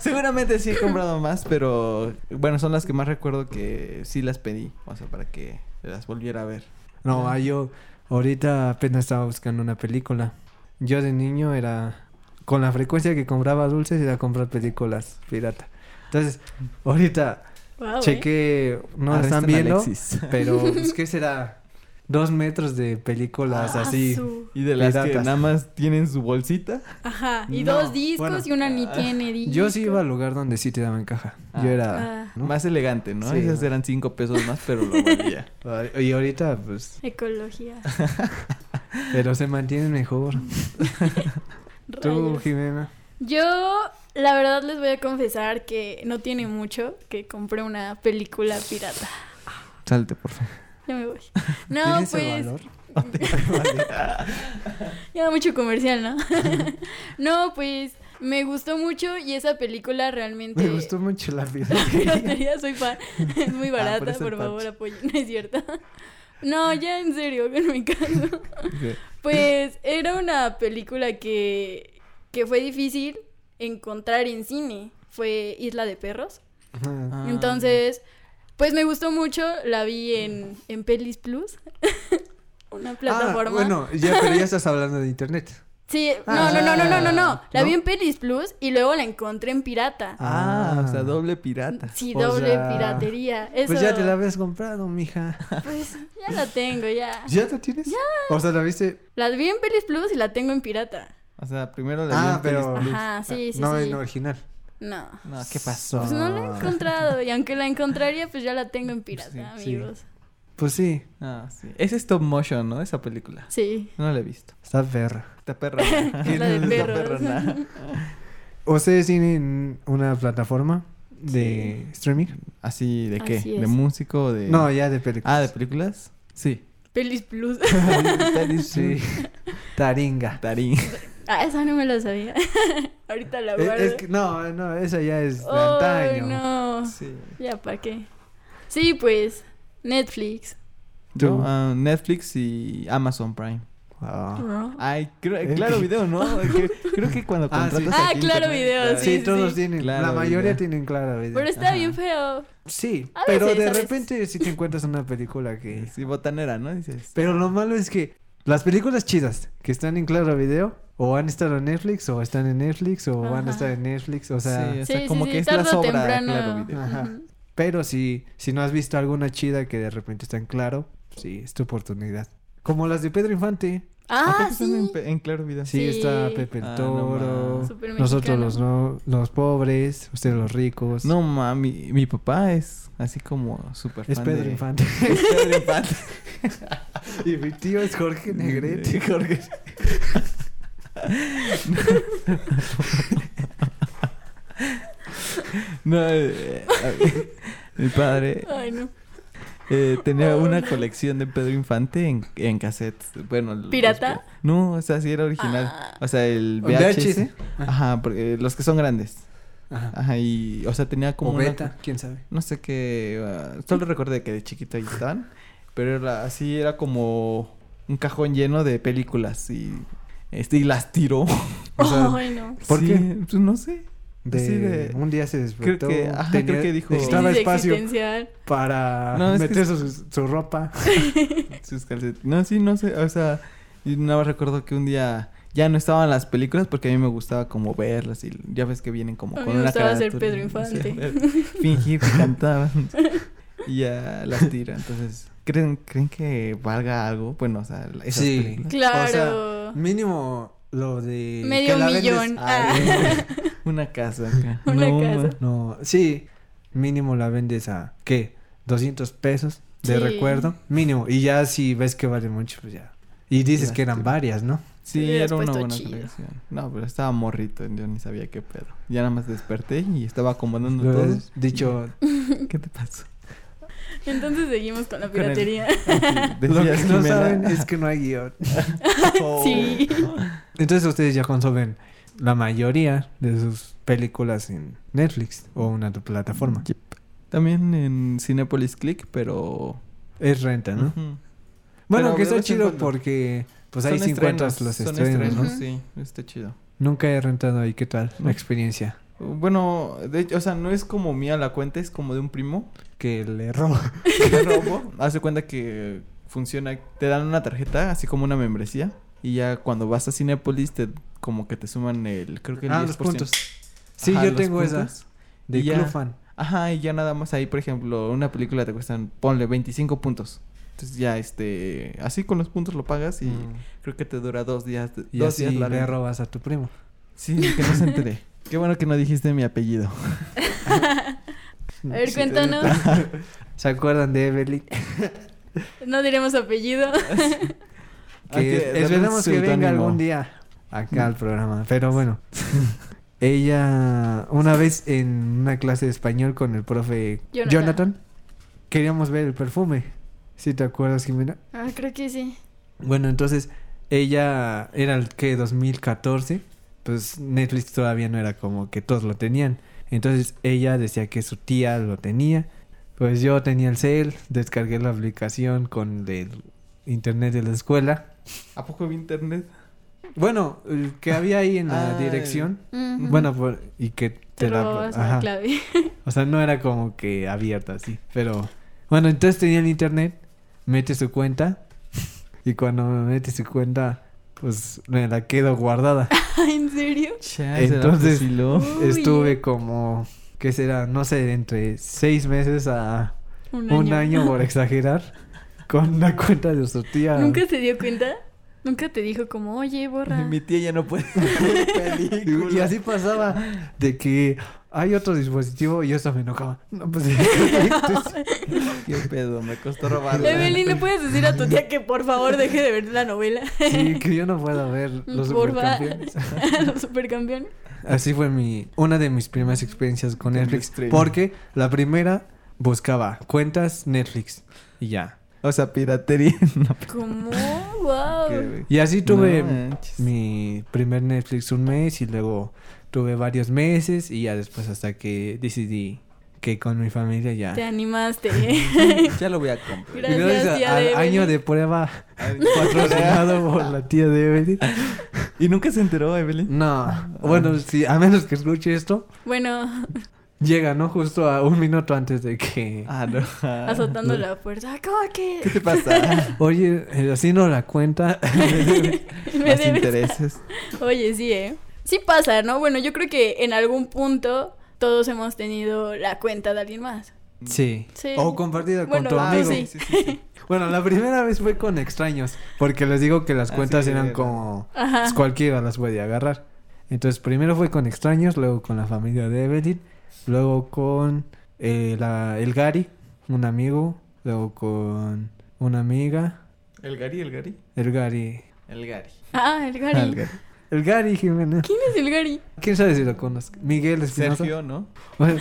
[SPEAKER 2] Seguramente sí he comprado más, pero bueno, son las que más recuerdo que sí las pedí, o sea, para que las volviera a ver.
[SPEAKER 1] No, ah, yo ahorita apenas estaba buscando una película. Yo de niño era... Con la frecuencia que compraba dulces era comprar películas pirata. Entonces, ahorita
[SPEAKER 3] Wow, ¿eh?
[SPEAKER 1] chequé... No la
[SPEAKER 2] Arresten
[SPEAKER 1] están
[SPEAKER 2] a
[SPEAKER 1] viendo,
[SPEAKER 2] Alexis.
[SPEAKER 1] pero pues, ¿qué será? Dos metros de películas
[SPEAKER 3] Ah,
[SPEAKER 1] así.
[SPEAKER 3] su-
[SPEAKER 2] Y de las que
[SPEAKER 1] Piratas.
[SPEAKER 2] nada más tienen su bolsita.
[SPEAKER 3] Ajá. Y
[SPEAKER 1] No,
[SPEAKER 3] dos discos
[SPEAKER 1] bueno, ah,
[SPEAKER 3] y una ni tiene disco.
[SPEAKER 1] Yo sí iba al lugar donde sí te daban caja.
[SPEAKER 2] Ah.
[SPEAKER 1] Yo era...
[SPEAKER 3] Ah.
[SPEAKER 1] ¿no?
[SPEAKER 2] Más elegante, ¿no?
[SPEAKER 1] Sí,
[SPEAKER 2] Esas
[SPEAKER 1] ¿no?
[SPEAKER 2] eran cinco pesos más, pero lo valía.
[SPEAKER 1] Y ahorita, pues...
[SPEAKER 3] Ecología.
[SPEAKER 1] Pero se mantienen mejor. Tú,
[SPEAKER 3] Rayos.
[SPEAKER 1] Jimena.
[SPEAKER 3] Yo, la verdad, les voy a confesar que no tiene mucho que compré una película pirata.
[SPEAKER 2] Salte, por favor.
[SPEAKER 3] Ya me voy. No,
[SPEAKER 1] ¿Tienes el
[SPEAKER 3] pues.
[SPEAKER 1] valor?
[SPEAKER 3] Ya mucho comercial, ¿no? no, pues. Me gustó mucho y esa película realmente.
[SPEAKER 1] Me gustó mucho Ah, la vida.
[SPEAKER 3] Piratería, soy fan. Es muy
[SPEAKER 2] por
[SPEAKER 3] barata,
[SPEAKER 2] eso
[SPEAKER 3] por
[SPEAKER 2] el
[SPEAKER 3] favor,
[SPEAKER 2] parche.
[SPEAKER 3] apoyen. No es cierto. No, ya en serio, con mi caso. Pues era una película que, que fue difícil encontrar en cine. Fue Isla de Perros.
[SPEAKER 2] Ah.
[SPEAKER 1] Ajá.
[SPEAKER 3] Entonces, pues me gustó mucho. La vi en, en Pelis Plus. una plataforma.
[SPEAKER 1] Ah, bueno, ya, pero ya estás hablando de internet.
[SPEAKER 3] Sí, no, no, no, no, no, no, no. La
[SPEAKER 1] Ah. ¿no?
[SPEAKER 3] vi en Pelis Plus y luego la encontré en pirata.
[SPEAKER 2] Ah,
[SPEAKER 1] Ah.
[SPEAKER 2] o sea, doble pirata.
[SPEAKER 3] sí,
[SPEAKER 1] o
[SPEAKER 3] doble
[SPEAKER 1] sea,
[SPEAKER 3] piratería. Eso,
[SPEAKER 1] Pues ya te la habías comprado, mija.
[SPEAKER 3] pues, ya la tengo, ya.
[SPEAKER 1] ¿Ya la tienes? O sea, la viste.
[SPEAKER 3] La vi en Pelis Plus y la tengo en pirata.
[SPEAKER 2] O sea, primero la
[SPEAKER 1] Ah,
[SPEAKER 2] vi en
[SPEAKER 1] pero-
[SPEAKER 2] Pelis Plus.
[SPEAKER 3] Ajá, sí, sí,
[SPEAKER 1] no
[SPEAKER 3] sí.
[SPEAKER 1] en original.
[SPEAKER 3] No.
[SPEAKER 2] No, ¿qué pasó?
[SPEAKER 3] Pues no la he
[SPEAKER 1] Ah.
[SPEAKER 3] encontrado y aunque la encontraría, pues ya la tengo en pirata,
[SPEAKER 1] Sí, sí.
[SPEAKER 3] amigos.
[SPEAKER 1] Pues sí,
[SPEAKER 2] Ah, sí. Es stop motion, ¿no? Esa película.
[SPEAKER 3] Sí.
[SPEAKER 2] No la he visto.
[SPEAKER 1] está perra.
[SPEAKER 2] Esta perra. ¿no?
[SPEAKER 3] Es la de
[SPEAKER 2] Esta
[SPEAKER 3] perros.
[SPEAKER 2] perrona.
[SPEAKER 1] ¿Ustedes tienen una plataforma de streaming?
[SPEAKER 2] ¿Así de qué?
[SPEAKER 3] Así
[SPEAKER 2] ¿De
[SPEAKER 3] es.
[SPEAKER 2] músico? o ¿De.?
[SPEAKER 1] No, ya de películas.
[SPEAKER 2] Ah, ¿de películas? Sí.
[SPEAKER 3] Pelis Plus.
[SPEAKER 1] sí. Taringa.
[SPEAKER 2] Tarín.
[SPEAKER 3] ah, esa no me la sabía. Ahorita la
[SPEAKER 1] Es,
[SPEAKER 3] guardo.
[SPEAKER 1] es que- no, no, esa ya es de
[SPEAKER 3] Ay,
[SPEAKER 1] antaño.
[SPEAKER 3] no.
[SPEAKER 2] Sí.
[SPEAKER 3] Ya, ¿para qué? Sí, pues. Netflix.
[SPEAKER 2] Yo,
[SPEAKER 1] Tú.
[SPEAKER 2] ah, Netflix y Amazon Prime.
[SPEAKER 1] Ah.
[SPEAKER 2] Ay, creo- claro video, ¿no? Que- Creo que cuando
[SPEAKER 1] Ah,
[SPEAKER 2] contratas
[SPEAKER 1] sí.
[SPEAKER 3] Ah,
[SPEAKER 2] Pues aquí
[SPEAKER 3] Claro
[SPEAKER 2] internet-
[SPEAKER 3] Video,
[SPEAKER 2] Claro.
[SPEAKER 3] sí,
[SPEAKER 1] Sí,
[SPEAKER 3] sí,
[SPEAKER 1] todos
[SPEAKER 3] sí.
[SPEAKER 1] tienen. la
[SPEAKER 2] Claro,
[SPEAKER 1] mayoría
[SPEAKER 2] ya.
[SPEAKER 1] tienen clara vida.
[SPEAKER 3] Pero está
[SPEAKER 2] Ajá.
[SPEAKER 3] bien feo.
[SPEAKER 1] Sí,
[SPEAKER 3] A
[SPEAKER 1] pero
[SPEAKER 3] veces,
[SPEAKER 1] de
[SPEAKER 3] a veces.
[SPEAKER 1] repente si te encuentras una película que...
[SPEAKER 2] Sí, botanera, ¿no? Dices.
[SPEAKER 1] Pero lo malo es que las películas chidas que están en Claro Video o han estado en Netflix o están en Netflix o van
[SPEAKER 3] Ajá.
[SPEAKER 1] a estar en Netflix, o sea...
[SPEAKER 2] Sí, O sea,
[SPEAKER 3] sí,
[SPEAKER 2] como
[SPEAKER 3] sí,
[SPEAKER 2] que
[SPEAKER 3] sí.
[SPEAKER 2] es la
[SPEAKER 3] Tarde o
[SPEAKER 2] sobra,
[SPEAKER 3] temprano.
[SPEAKER 2] Claro Video.
[SPEAKER 1] Ajá.
[SPEAKER 3] Ujú.
[SPEAKER 1] Pero si, si no has visto alguna chida que de repente está en Claro, sí, es tu oportunidad. Como las de Pedro Infante.
[SPEAKER 2] ¿A
[SPEAKER 3] Ah,
[SPEAKER 2] poco están
[SPEAKER 3] sí.
[SPEAKER 2] En, pe- en claro video.
[SPEAKER 1] Sí,
[SPEAKER 3] Sí.
[SPEAKER 1] está Pepe el
[SPEAKER 2] Ah, no
[SPEAKER 1] Toro,
[SPEAKER 2] más.
[SPEAKER 3] Súper
[SPEAKER 1] nosotros
[SPEAKER 3] mexicano.
[SPEAKER 1] los, no, los pobres, ustedes los ricos.
[SPEAKER 2] No mami, mi papá es así como súper fan
[SPEAKER 1] es Pedro
[SPEAKER 2] de-
[SPEAKER 1] Infante.
[SPEAKER 2] Es Pedro Infante.
[SPEAKER 1] y mi tío es Jorge Negrete.
[SPEAKER 2] Jorge. no, eh, eh, mi padre
[SPEAKER 3] Ay, no.
[SPEAKER 2] eh, tenía una colección de Pedro Infante en, en cassettes. Bueno, los-
[SPEAKER 3] ¿Pirata?
[SPEAKER 2] no, o sea, sí era original.
[SPEAKER 3] Ah.
[SPEAKER 2] O sea, el VHS.
[SPEAKER 1] Ah.
[SPEAKER 2] Ajá, porque los que son grandes.
[SPEAKER 1] Ajá.
[SPEAKER 2] Ajá, y o sea, tenía como
[SPEAKER 1] Ah. O
[SPEAKER 2] una-
[SPEAKER 1] Beta, quién sabe.
[SPEAKER 2] no sé qué, ah, solo recordé que de chiquito ahí estaban, pero era, así era como un cajón lleno de películas y este y las tiró. O sea,
[SPEAKER 3] Ay, no.
[SPEAKER 1] ¿por
[SPEAKER 2] sí,
[SPEAKER 1] qué?
[SPEAKER 2] pues, no sé.
[SPEAKER 1] De,
[SPEAKER 2] Así de-
[SPEAKER 1] Un día se despertó.
[SPEAKER 2] que- ajá, creo que dijo-
[SPEAKER 3] Crisis
[SPEAKER 1] Necesitaba espacio
[SPEAKER 3] existencial.
[SPEAKER 1] para
[SPEAKER 2] No, es que
[SPEAKER 1] meter su, su ropa.
[SPEAKER 2] Sus calcetines. No, sí, no sé, o sea, y nada más recuerdo que un día ya no estaban las películas porque a mí me gustaba como verlas y ya ves que vienen como
[SPEAKER 3] A
[SPEAKER 2] con
[SPEAKER 3] mí me
[SPEAKER 2] una
[SPEAKER 3] gustaba ser
[SPEAKER 2] carátula,
[SPEAKER 3] Pedro
[SPEAKER 2] no sé,
[SPEAKER 3] Infante.
[SPEAKER 2] fingir que cantaban. Y ya las tira, entonces, ¿creen, ¿creen que valga algo? Bueno, o sea, esas
[SPEAKER 1] Sí.
[SPEAKER 2] películas.
[SPEAKER 3] Claro.
[SPEAKER 1] Mínimo lo de.
[SPEAKER 3] Medio
[SPEAKER 1] que la vendes-
[SPEAKER 3] millón.
[SPEAKER 1] Ah,
[SPEAKER 3] Ah.
[SPEAKER 2] Una casa acá.
[SPEAKER 3] Una
[SPEAKER 2] No,
[SPEAKER 3] casa.
[SPEAKER 2] ma.
[SPEAKER 1] No, sí, mínimo la vendes a, ¿qué? 200 pesos de
[SPEAKER 3] Sí.
[SPEAKER 1] recuerdo, mínimo. Y ya si ves que vale mucho, pues ya. Y dices
[SPEAKER 2] Ya
[SPEAKER 1] que eran
[SPEAKER 2] estuvo.
[SPEAKER 1] varias, ¿no?
[SPEAKER 2] Sí,
[SPEAKER 3] Te hubieras
[SPEAKER 2] era una
[SPEAKER 3] puesto
[SPEAKER 2] buena
[SPEAKER 3] chido.
[SPEAKER 2] colección. No, pero estaba morrito, yo ni sabía qué pedo. Ya nada más desperté y estaba acomodando
[SPEAKER 1] Lo
[SPEAKER 2] todo.
[SPEAKER 1] has dicho,
[SPEAKER 2] Y- ¿Qué te pasó?
[SPEAKER 3] Entonces seguimos con la
[SPEAKER 2] Con el-
[SPEAKER 3] piratería.
[SPEAKER 1] lo que no
[SPEAKER 2] Jimena.
[SPEAKER 1] saben es que no hay guión.
[SPEAKER 2] Oh.
[SPEAKER 3] Sí.
[SPEAKER 1] Entonces ustedes ya consumen la mayoría de sus películas en Netflix o una tu plataforma.
[SPEAKER 2] Yep. También en Cinepolis Click, pero.
[SPEAKER 1] Es renta, ¿no?
[SPEAKER 2] Ujú.
[SPEAKER 1] Bueno,
[SPEAKER 2] Pero
[SPEAKER 1] que
[SPEAKER 2] de
[SPEAKER 1] está
[SPEAKER 2] vez en
[SPEAKER 1] chido
[SPEAKER 2] cuando.
[SPEAKER 1] porque pues ahí
[SPEAKER 2] Son
[SPEAKER 1] sí encuentras los
[SPEAKER 2] son
[SPEAKER 1] estrenos, ¿no?
[SPEAKER 3] estrenos.
[SPEAKER 2] Sí, está chido.
[SPEAKER 1] Nunca he rentado ahí, ¿qué tal? La
[SPEAKER 2] No.
[SPEAKER 1] experiencia
[SPEAKER 2] Bueno, de hecho, o sea, no es como mía la cuenta, es como de un primo.
[SPEAKER 1] que le roba.
[SPEAKER 2] que robo. Hace cuenta que funciona, te dan una tarjeta, así como una membresía. Y ya cuando vas a Cinépolis, te, como que te suman el, creo que el
[SPEAKER 1] Ah,
[SPEAKER 2] 10%.
[SPEAKER 1] los puntos. Sí,
[SPEAKER 2] Ajá,
[SPEAKER 1] yo
[SPEAKER 2] los
[SPEAKER 1] tengo esa.
[SPEAKER 2] puntos.
[SPEAKER 1] De
[SPEAKER 2] Y ya.
[SPEAKER 1] Club Fan.
[SPEAKER 2] Ajá, y ya nada más ahí, por ejemplo, una película te cuestan, ponle 25 puntos. Entonces ya, este, así con los puntos lo pagas y
[SPEAKER 1] Mm.
[SPEAKER 2] creo que te dura dos días.
[SPEAKER 1] Y
[SPEAKER 2] dos
[SPEAKER 1] así
[SPEAKER 2] días la
[SPEAKER 1] le
[SPEAKER 2] renta.
[SPEAKER 1] robas a tu primo.
[SPEAKER 2] Sí, que no se enteré. Qué bueno que no dijiste mi apellido.
[SPEAKER 3] A ver, cuéntanos.
[SPEAKER 1] ¿Se acuerdan de Evelyn?
[SPEAKER 3] No diremos apellido.
[SPEAKER 2] Hay Ah, que
[SPEAKER 1] Que
[SPEAKER 2] darle un
[SPEAKER 1] esperamos que venga
[SPEAKER 2] seudónimo.
[SPEAKER 1] algún día acá al programa. Pero bueno, ella una vez en una clase de español con el profe
[SPEAKER 3] Jonathan.
[SPEAKER 1] Jonathan, queríamos ver el perfume. Si te acuerdas, Jimena.
[SPEAKER 3] Ah, creo que sí.
[SPEAKER 1] Bueno, entonces ella era el que 2014, pues Netflix todavía no era como que todos lo tenían. Entonces ella decía que su tía lo tenía. Pues yo tenía el cel, descargué la aplicación con el internet de la escuela.
[SPEAKER 2] ¿A poco vi internet?
[SPEAKER 1] Bueno, el que había ahí en la
[SPEAKER 2] Ah,
[SPEAKER 1] dirección.
[SPEAKER 3] Ujú.
[SPEAKER 1] Bueno, por- y que
[SPEAKER 3] te
[SPEAKER 1] te la-
[SPEAKER 3] robabas la
[SPEAKER 1] ajá.
[SPEAKER 3] clave.
[SPEAKER 1] O sea, no era como que abierta así, pero bueno, entonces tenía el internet, mete su cuenta y cuando me mete su cuenta, pues me la quedo guardada.
[SPEAKER 3] Ah, ¿En serio?
[SPEAKER 2] Entonces,
[SPEAKER 1] Entonces-
[SPEAKER 2] lo
[SPEAKER 3] Uy.
[SPEAKER 1] Estuve como qué será, no sé, entre seis meses a
[SPEAKER 3] Un
[SPEAKER 1] un,
[SPEAKER 3] año.
[SPEAKER 1] año por exagerar con la cuenta de su tía.
[SPEAKER 3] ¿Nunca se dio cuenta? ¿Nunca te dijo como, oye, borra?
[SPEAKER 2] mi tía ya no puede
[SPEAKER 1] Y, y así pasaba de que hay otro dispositivo y eso me enojaba. No, pues, entonces,
[SPEAKER 2] ¿Qué pedo? Me costó robarla.
[SPEAKER 3] Evelyn, ¿le puedes decir a tu tía que por favor deje de ver la novela?
[SPEAKER 1] sí, que yo no puedo ver
[SPEAKER 3] Mm,
[SPEAKER 1] los
[SPEAKER 3] Porfa.
[SPEAKER 1] supercampeones.
[SPEAKER 3] Los supercampeones.
[SPEAKER 1] Así fue mi una de mis primeras experiencias con
[SPEAKER 2] Con
[SPEAKER 1] Netflix,
[SPEAKER 2] streaming.
[SPEAKER 1] porque la primera buscaba cuentas Netflix y ya.
[SPEAKER 2] O sea, piratería. No,
[SPEAKER 3] ¿Cómo? ¡Wow!
[SPEAKER 2] qué-
[SPEAKER 1] Y así tuve
[SPEAKER 2] No eh. manches.
[SPEAKER 1] mi primer Netflix un mes y luego tuve varios meses y ya después hasta que decidí que con mi familia ya.
[SPEAKER 3] Te animaste.
[SPEAKER 4] Ya lo voy a comprar.
[SPEAKER 1] Y gracias
[SPEAKER 3] Gracias, tía
[SPEAKER 1] al
[SPEAKER 3] de
[SPEAKER 1] año
[SPEAKER 3] Evelyn.
[SPEAKER 1] de prueba
[SPEAKER 4] Ay,
[SPEAKER 1] patrocinado por la tía de Evelyn.
[SPEAKER 2] ¿Y nunca se enteró, Evelyn?
[SPEAKER 1] No,
[SPEAKER 2] Ah.
[SPEAKER 1] bueno, sí, a menos que escuche esto,
[SPEAKER 3] Bueno,
[SPEAKER 1] llega, ¿no? Justo a un minuto antes de que...
[SPEAKER 2] Ah, no.
[SPEAKER 3] azotando la puerta. ¿Cómo que?
[SPEAKER 2] ¿Qué te pasa?
[SPEAKER 1] Oye, eh, así no la cuenta.
[SPEAKER 3] Me
[SPEAKER 2] Más
[SPEAKER 3] debes-
[SPEAKER 2] intereses.
[SPEAKER 3] Oye, sí, ¿eh? Sí pasa, ¿no? Bueno, yo creo que en algún punto todos hemos tenido la cuenta de alguien más.
[SPEAKER 1] sí.
[SPEAKER 3] Sí.
[SPEAKER 1] O compartida
[SPEAKER 3] Bueno,
[SPEAKER 1] con tu
[SPEAKER 3] ah,
[SPEAKER 1] amigo.
[SPEAKER 3] sí.
[SPEAKER 1] Bueno, la primera vez fue con extraños, porque les digo que las
[SPEAKER 2] Ah,
[SPEAKER 1] cuentas
[SPEAKER 2] sí,
[SPEAKER 1] eran
[SPEAKER 2] era.
[SPEAKER 1] como pues,
[SPEAKER 3] Ajá.
[SPEAKER 1] cualquiera las podía agarrar. Entonces, primero fue con extraños, luego con la familia de Evelyn, luego con eh, la- el Gary, un amigo, luego con una amiga,
[SPEAKER 2] ¿El Gary, el Gary?
[SPEAKER 1] el Gary.
[SPEAKER 2] El Gary.
[SPEAKER 3] Ah, el Gary.
[SPEAKER 2] El Gary.
[SPEAKER 1] El Gary Jiménez.
[SPEAKER 3] ¿Quién es el Gary?
[SPEAKER 1] ¿Quién sabe si lo conozco? Miguel Espinosa.
[SPEAKER 2] Sergio, ¿no?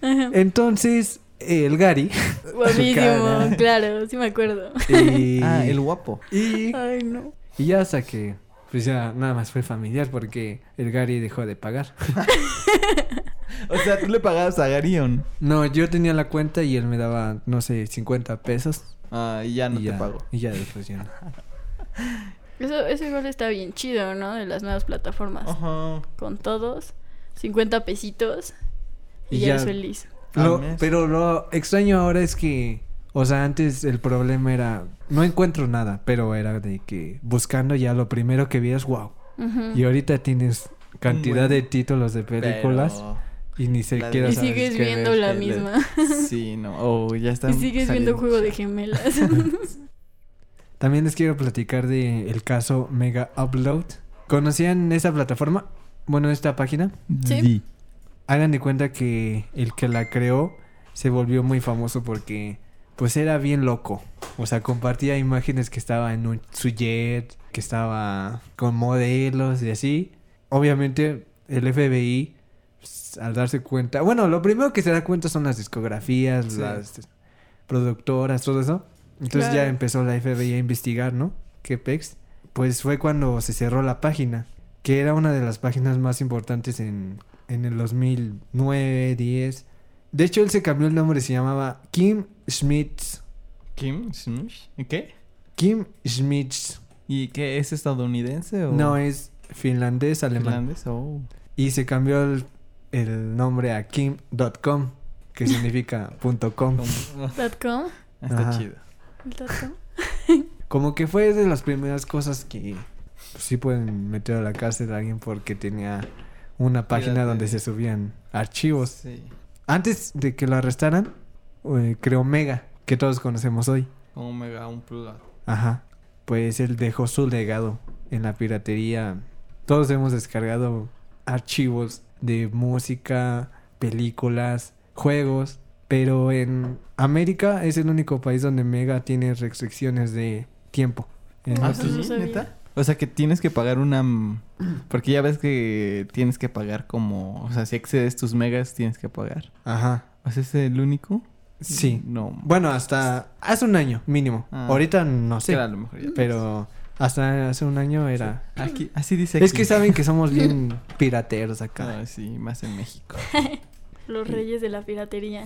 [SPEAKER 1] Bueno, entonces, eh, el Gary.
[SPEAKER 3] Guapísimo,
[SPEAKER 1] cara.
[SPEAKER 3] claro, sí me acuerdo.
[SPEAKER 1] Y,
[SPEAKER 2] Ah, el guapo.
[SPEAKER 1] y,
[SPEAKER 3] Ay, no.
[SPEAKER 1] y ya hasta que, pues ya nada más fue familiar porque el Gary dejó de pagar.
[SPEAKER 2] O sea, tú le pagabas a Garion.
[SPEAKER 1] No, yo tenía la cuenta y él me daba, no sé, 50 pesos.
[SPEAKER 2] Ah, y ya no
[SPEAKER 1] y
[SPEAKER 2] te
[SPEAKER 1] ya,
[SPEAKER 2] pago.
[SPEAKER 1] Y ya después ya no.
[SPEAKER 3] Eso, eso igual está bien chido, ¿no? De las nuevas plataformas.
[SPEAKER 2] Ajá.
[SPEAKER 3] Con todos, 50 pesitos y,
[SPEAKER 1] Y
[SPEAKER 3] ya
[SPEAKER 1] ya.
[SPEAKER 3] eres feliz.
[SPEAKER 2] Al
[SPEAKER 1] Lo-
[SPEAKER 2] mes.
[SPEAKER 1] pero lo extraño ahora es que, o sea, antes el problema era, no encuentro nada, pero era de que buscando ya lo primero que vieras, wow.
[SPEAKER 3] Ujú.
[SPEAKER 1] Y ahorita tienes cantidad
[SPEAKER 2] Bueno.
[SPEAKER 1] de títulos de películas y ni
[SPEAKER 2] la de-
[SPEAKER 1] siquiera
[SPEAKER 3] Y
[SPEAKER 1] sabes
[SPEAKER 3] sigues
[SPEAKER 1] qué
[SPEAKER 3] viendo
[SPEAKER 1] ver.
[SPEAKER 3] la
[SPEAKER 2] el-
[SPEAKER 3] misma.
[SPEAKER 2] Pero... Sí, no. Oh, ya está.
[SPEAKER 3] Y sigues viendo Juego de Gemelas.
[SPEAKER 1] También les quiero platicar de el caso Mega Upload. ¿Conocían esa plataforma? Bueno, esta página.
[SPEAKER 3] Sí.
[SPEAKER 1] Hagan de cuenta que el que la creó se volvió muy famoso porque pues era bien loco. O sea, compartía imágenes que estaba en un, su jet, que estaba con modelos y así. Obviamente el FBI pues, al darse cuenta, bueno, lo primero que se da cuenta son las discografías,
[SPEAKER 2] Sí.
[SPEAKER 1] las este, productoras, todo eso. Entonces ya
[SPEAKER 3] Claro.
[SPEAKER 1] empezó la FBI a investigar, ¿no? ¿Qué pex? Pues fue cuando se cerró la página, que era una de las páginas más importantes en, en el 2009, 10. De hecho, él se cambió el nombre, se llamaba Kim Schmitz.
[SPEAKER 2] ¿Kim? Smush. ¿Y ¿Qué?
[SPEAKER 1] Kim Schmitz.
[SPEAKER 2] ¿Y qué? ¿Es estadounidense o...?
[SPEAKER 1] No, es finlandés, alemán.
[SPEAKER 2] finlandés? Oh.
[SPEAKER 1] Y se cambió el, el nombre a Kim.com, que significa punto com.
[SPEAKER 2] ¿Cómo?
[SPEAKER 3] Dot com,
[SPEAKER 2] Ah, Está
[SPEAKER 1] Ajá.
[SPEAKER 2] chido.
[SPEAKER 3] el dot com.
[SPEAKER 1] Como que fue de las primeras cosas que pues, sí pueden meter a la cárcel a alguien porque tenía una página
[SPEAKER 2] Fíjate.
[SPEAKER 1] donde se subían archivos.
[SPEAKER 2] Sí.
[SPEAKER 1] Antes de que lo arrestaran, eh, creó Mega, que todos conocemos hoy.
[SPEAKER 2] Como mega un plus.
[SPEAKER 3] Ah,
[SPEAKER 1] Ajá. Pues él dejó su legado en la piratería. Todos hemos descargado archivos de música, películas, juegos. Pero en América es el único país donde Mega tiene restricciones de tiempo. En-
[SPEAKER 2] Ah,
[SPEAKER 3] Eso
[SPEAKER 2] sí,
[SPEAKER 3] no sabía.
[SPEAKER 2] neta. O sea que tienes que pagar una. mm, Porque ya ves que tienes que pagar como. O sea, si excedes tus megas, tienes que pagar.
[SPEAKER 1] Ajá.
[SPEAKER 2] ¿O sea, es el único?
[SPEAKER 1] Sí.
[SPEAKER 2] No.
[SPEAKER 1] Bueno, hasta hace un año mínimo.
[SPEAKER 2] Ah.
[SPEAKER 1] Ahorita no sé.
[SPEAKER 2] Era a lo mejor ya.
[SPEAKER 1] Pero hasta hace un año era...
[SPEAKER 2] Aquí, así dice
[SPEAKER 1] Es
[SPEAKER 2] aquí.
[SPEAKER 1] que saben que somos bien pirateros acá.
[SPEAKER 2] Ah, sí, más en México.
[SPEAKER 3] Los reyes de la piratería.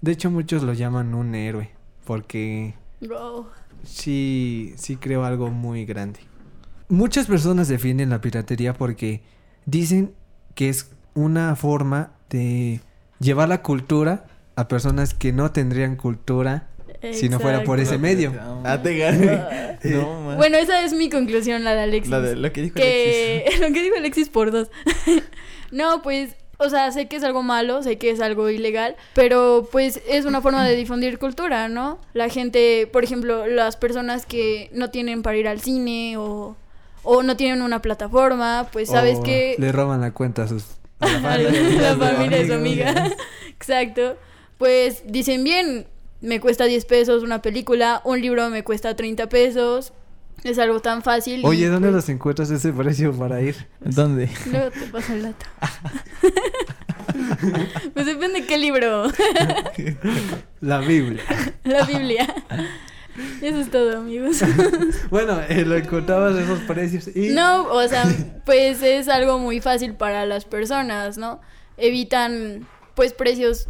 [SPEAKER 1] De hecho, muchos lo llaman un héroe. Porque
[SPEAKER 3] Wow.
[SPEAKER 1] sí, sí creo algo muy grande. Muchas personas defienden la piratería porque dicen que es una forma de llevar la cultura a personas que no tendrían cultura si no fuera por ese
[SPEAKER 3] Exacto.
[SPEAKER 1] medio.
[SPEAKER 2] Ah, te gané. No, man.
[SPEAKER 3] Bueno, esa es mi conclusión, la de Alexis.
[SPEAKER 2] La de lo que dijo
[SPEAKER 3] que lo que dijo Alexis por dos. no, pues, o sea, sé que es algo malo, sé que es algo ilegal, pero pues es una forma de difundir cultura, ¿no? La gente, por ejemplo, las personas que no tienen para ir al cine o, o no tienen una plataforma, pues sabes
[SPEAKER 1] O
[SPEAKER 3] que
[SPEAKER 1] Le roban la cuenta a sus... a la
[SPEAKER 3] a
[SPEAKER 1] familia,
[SPEAKER 3] la
[SPEAKER 1] a sus
[SPEAKER 3] familia de su
[SPEAKER 1] amigos.
[SPEAKER 3] amiga. Exacto. Pues dicen bien, me cuesta 10 pesos una película, un libro me cuesta 30 pesos. Es algo tan fácil. y,
[SPEAKER 1] Oye, ¿dónde
[SPEAKER 3] pues,
[SPEAKER 1] los encuentras ese precio para ir?
[SPEAKER 2] Alexis. ¿Dónde?
[SPEAKER 3] Luego te paso el dato. pues depende de qué libro.
[SPEAKER 1] La Biblia.
[SPEAKER 3] La Biblia. Y Eso es todo, amigos.
[SPEAKER 1] Bueno, eh, lo encontrabas esos precios y...
[SPEAKER 3] No, o sea, pues es algo muy fácil para las personas, ¿no? Evitan pues precios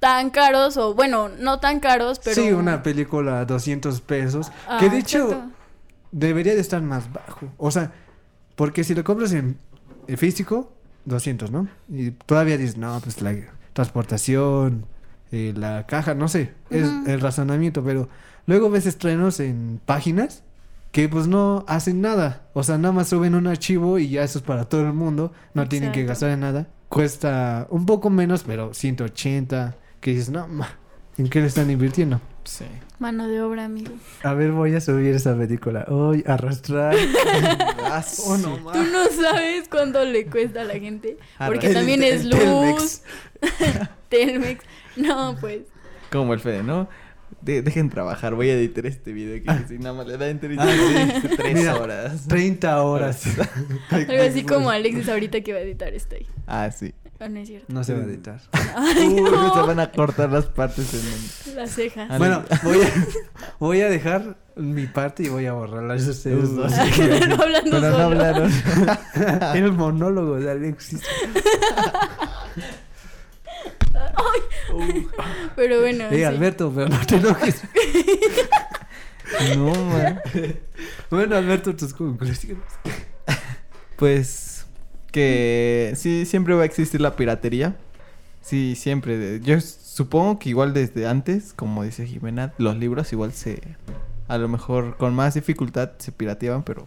[SPEAKER 3] tan caros o bueno, no tan caros, pero...
[SPEAKER 1] Sí, una película a 200 pesos.
[SPEAKER 3] Ah,
[SPEAKER 1] que de hecho,
[SPEAKER 3] exacto.
[SPEAKER 1] debería de estar más bajo. O sea, porque si lo compras en en físico, 200, ¿no? Y todavía dices, no, pues la transportación, eh, la caja, no sé, es
[SPEAKER 3] Ujú.
[SPEAKER 1] el razonamiento, pero luego ves estrenos en páginas que pues no hacen nada. O sea, nada más suben un archivo y ya eso es para todo el mundo, no tienen que
[SPEAKER 3] Exacto.
[SPEAKER 1] gastar en nada. Cuesta un poco menos, pero 180, que dices, no, ma, ¿en qué le están invirtiendo?
[SPEAKER 2] Sí.
[SPEAKER 3] Mano de obra, amigo.
[SPEAKER 5] A ver, voy a subir esa película. Hoy arrastrar.
[SPEAKER 1] Ah,
[SPEAKER 2] Oh, no, ma.
[SPEAKER 3] Tú no sabes cuánto le cuesta a la gente.
[SPEAKER 2] Ah,
[SPEAKER 3] Porque
[SPEAKER 2] el-
[SPEAKER 3] también
[SPEAKER 2] el
[SPEAKER 3] es luz.
[SPEAKER 2] Telmex.
[SPEAKER 3] Telmex. No, pues.
[SPEAKER 2] Como el Fede, ¿no? De- dejen trabajar, voy a editar este video que si nada más le da entre
[SPEAKER 1] Ah, sí.
[SPEAKER 2] tres
[SPEAKER 1] Mira.
[SPEAKER 2] horas.
[SPEAKER 1] 30 horas.
[SPEAKER 3] Algo así como Alexis ahorita que va a editar esto ahí.
[SPEAKER 2] Ah, sí.
[SPEAKER 3] Ah, no es cierto.
[SPEAKER 1] No se va a editar.
[SPEAKER 3] Ay,
[SPEAKER 2] Uy,
[SPEAKER 3] no.
[SPEAKER 2] se van a cortar las partes en un-
[SPEAKER 3] Las cejas.
[SPEAKER 2] Ah,
[SPEAKER 1] Bueno, voy a, voy a dejar mi parte y voy a borrarlas ustedes dos.
[SPEAKER 3] Ay, pero no hablando
[SPEAKER 2] Pero no
[SPEAKER 3] solo.
[SPEAKER 2] hablaron.
[SPEAKER 1] El monólogo de Alexis.
[SPEAKER 3] Pero bueno.
[SPEAKER 1] Ah. Uh. Eh,
[SPEAKER 3] sí.
[SPEAKER 1] Alberto, pero no te enojes.
[SPEAKER 2] No, man.
[SPEAKER 1] Bueno, Alberto, tus conclusiones.
[SPEAKER 2] Pues que sí, siempre va a existir la piratería. Sí, siempre. De- Yo s- supongo que igual desde antes, como dice Jimena, los libros igual se... A lo mejor con más dificultad se pirateaban, pero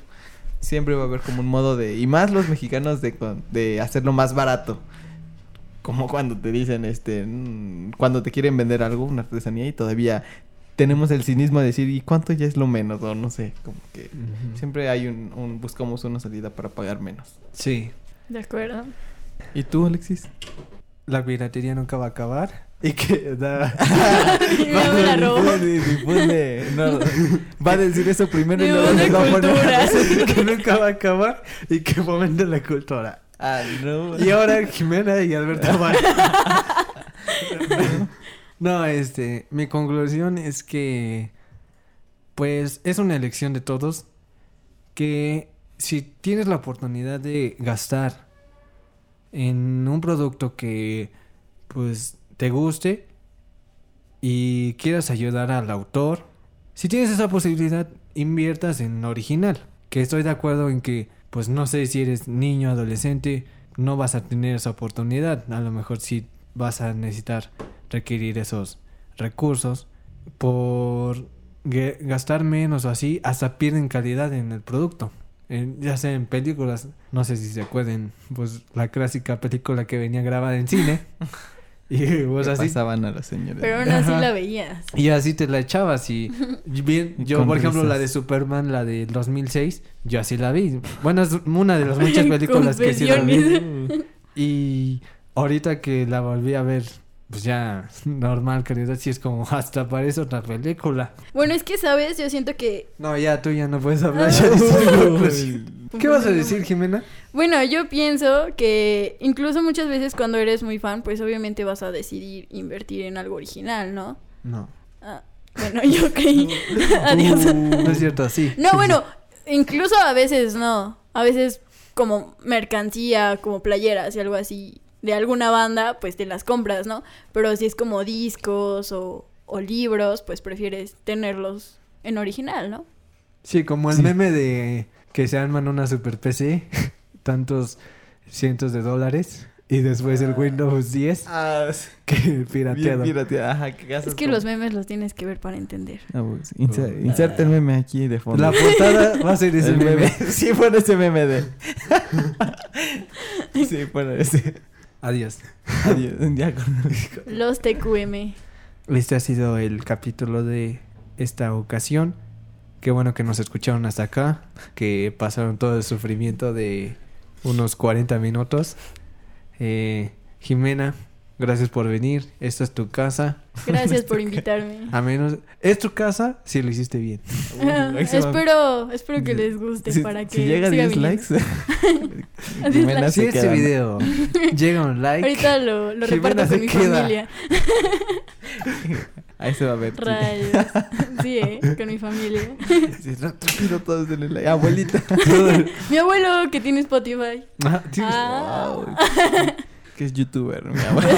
[SPEAKER 2] siempre va a haber como un modo de... Y más los mexicanos de, con- de hacerlo más barato. Como cuando te dicen, este... mm, Cuando te quieren vender algo, una artesanía, y todavía tenemos el cinismo de decir, ¿y cuánto ya es lo menos? O no sé, como que... Siempre hay un, un- buscamos una salida para pagar menos.
[SPEAKER 1] Sí,
[SPEAKER 3] De acuerdo.
[SPEAKER 2] ¿Y tú, Alexis?
[SPEAKER 1] la piratería nunca va a acabar. Y que da.
[SPEAKER 3] Y luego me la robó.
[SPEAKER 2] va a decir eso primero y
[SPEAKER 3] Ni
[SPEAKER 2] luego
[SPEAKER 3] una
[SPEAKER 2] nos va a poner.
[SPEAKER 3] cultura.
[SPEAKER 1] que nunca va a acabar y que fomente la cultura.
[SPEAKER 2] Ah, no.
[SPEAKER 1] Y ahora Jimena y Alberto van. No, este, mi conclusión es que, pues, es una elección de todos que si tienes la oportunidad de gastar en un producto que, pues, te guste y quieras ayudar al autor, si tienes esa posibilidad, inviertas en original. Que estoy de acuerdo en que, pues, no sé si eres niño, adolescente, no vas a tener esa oportunidad. A lo mejor sí vas a necesitar requerir esos recursos por gue- gastar menos o así, hasta pierden calidad en el producto. En- ya sea en películas, no sé si se acuerden, pues la clásica película que venía grabada en cine. y pues así.
[SPEAKER 2] pasaban a las señoras.
[SPEAKER 3] Pero aún así
[SPEAKER 1] Ajá.
[SPEAKER 3] la veías.
[SPEAKER 1] Y así te la echabas y bien, yo
[SPEAKER 2] Con
[SPEAKER 1] por ejemplo
[SPEAKER 2] risas.
[SPEAKER 1] la de Superman, la del 2006, yo así la vi. Bueno, es una de las muchas películas que sí la vi.
[SPEAKER 3] Confesiones.
[SPEAKER 1] Y ahorita que la volví a ver, pues ya normal, calidad, sí es como hasta parece otra película.
[SPEAKER 3] Bueno, es que sabes, yo siento que.
[SPEAKER 1] No, ya tú ya no puedes hablar. ya
[SPEAKER 3] Ah.
[SPEAKER 1] es tu conclusión. ¿Qué vas a decir, Jimena?
[SPEAKER 3] Bueno, yo pienso que incluso muchas veces cuando eres muy fan, pues obviamente vas a decidir invertir en algo original, ¿no?
[SPEAKER 1] No.
[SPEAKER 3] Ah, bueno, yo creí.
[SPEAKER 1] Uh.
[SPEAKER 3] Adiós.
[SPEAKER 1] No es cierto, sí.
[SPEAKER 3] No, bueno, incluso a veces no. A veces como mercancía, como playeras y algo así de alguna banda, pues te las compras, ¿no? Pero si es como discos o, o libros, pues prefieres tenerlos en original, ¿no?
[SPEAKER 1] Sí, como el meme de que se arman una super PC, tantos cientos de dólares, y después el Windows 10
[SPEAKER 2] Ah, sí.
[SPEAKER 1] que
[SPEAKER 2] Bien
[SPEAKER 1] pirateado.
[SPEAKER 2] pirateado. Ajá, ¿qué haces
[SPEAKER 3] Es que
[SPEAKER 2] con-
[SPEAKER 3] los memes los tienes que ver para entender.
[SPEAKER 2] Ah, pues, inser- inserta el meme aquí de fondo.
[SPEAKER 1] La portada va a ser ese
[SPEAKER 2] El
[SPEAKER 1] meme.
[SPEAKER 2] sí, pon ese meme de. sí, pon ese.
[SPEAKER 1] Adiós.
[SPEAKER 2] Adiós. Ya con-
[SPEAKER 3] Los TQM.
[SPEAKER 1] Este ha sido el capítulo de esta ocasión. Qué bueno que nos escucharon hasta acá, que pasaron todo el sufrimiento de unos 40 minutos. Eh, Jimena, gracias por venir. Esta es tu casa.
[SPEAKER 3] Gracias por invitarme.
[SPEAKER 2] Ah,
[SPEAKER 1] A menos es tu casa si lo hiciste bien.
[SPEAKER 3] espero, espero que les guste
[SPEAKER 2] Si-
[SPEAKER 3] para que
[SPEAKER 2] si llega a
[SPEAKER 3] siga
[SPEAKER 2] 10 likes,
[SPEAKER 3] viniendo. Así es la-
[SPEAKER 2] Jimena
[SPEAKER 1] Si
[SPEAKER 2] se
[SPEAKER 1] este
[SPEAKER 2] queda, ¿no?
[SPEAKER 1] video llega un like,
[SPEAKER 3] Ahorita lo, lo
[SPEAKER 1] Jimena
[SPEAKER 3] reparto
[SPEAKER 1] se
[SPEAKER 3] con mi
[SPEAKER 1] queda.
[SPEAKER 3] familia.
[SPEAKER 2] Ahí se va a ver.
[SPEAKER 3] Rayos. Sí, ¿eh? con mi familia.
[SPEAKER 2] Sí, no, rápido, todos denle like. Abuelita.
[SPEAKER 3] Mi abuelo que tiene Spotify.
[SPEAKER 1] Ah, sí.
[SPEAKER 3] Ah.
[SPEAKER 2] Wow. que es youtuber, mi abuelo.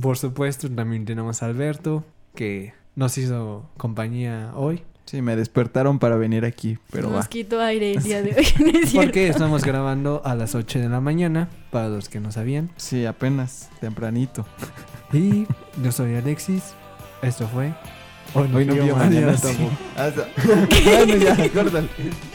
[SPEAKER 1] Por supuesto, también tenemos a Alberto, que nos hizo compañía hoy.
[SPEAKER 2] Sí, me despertaron para venir aquí, pero
[SPEAKER 3] Nos
[SPEAKER 2] va.
[SPEAKER 3] quitó aire el día de hoy. ¿no es cierto?
[SPEAKER 1] Porque estamos grabando a las 8 de la mañana, para los que no sabían.
[SPEAKER 2] Sí, apenas, tempranito.
[SPEAKER 1] Y yo soy Alexis. Esto fue.
[SPEAKER 5] Hoy no,
[SPEAKER 2] Hoy no
[SPEAKER 5] vio
[SPEAKER 2] vio
[SPEAKER 5] mañana
[SPEAKER 2] mañana
[SPEAKER 5] tampoco.
[SPEAKER 2] tampoco. Hasta- Bueno, ya, córtale.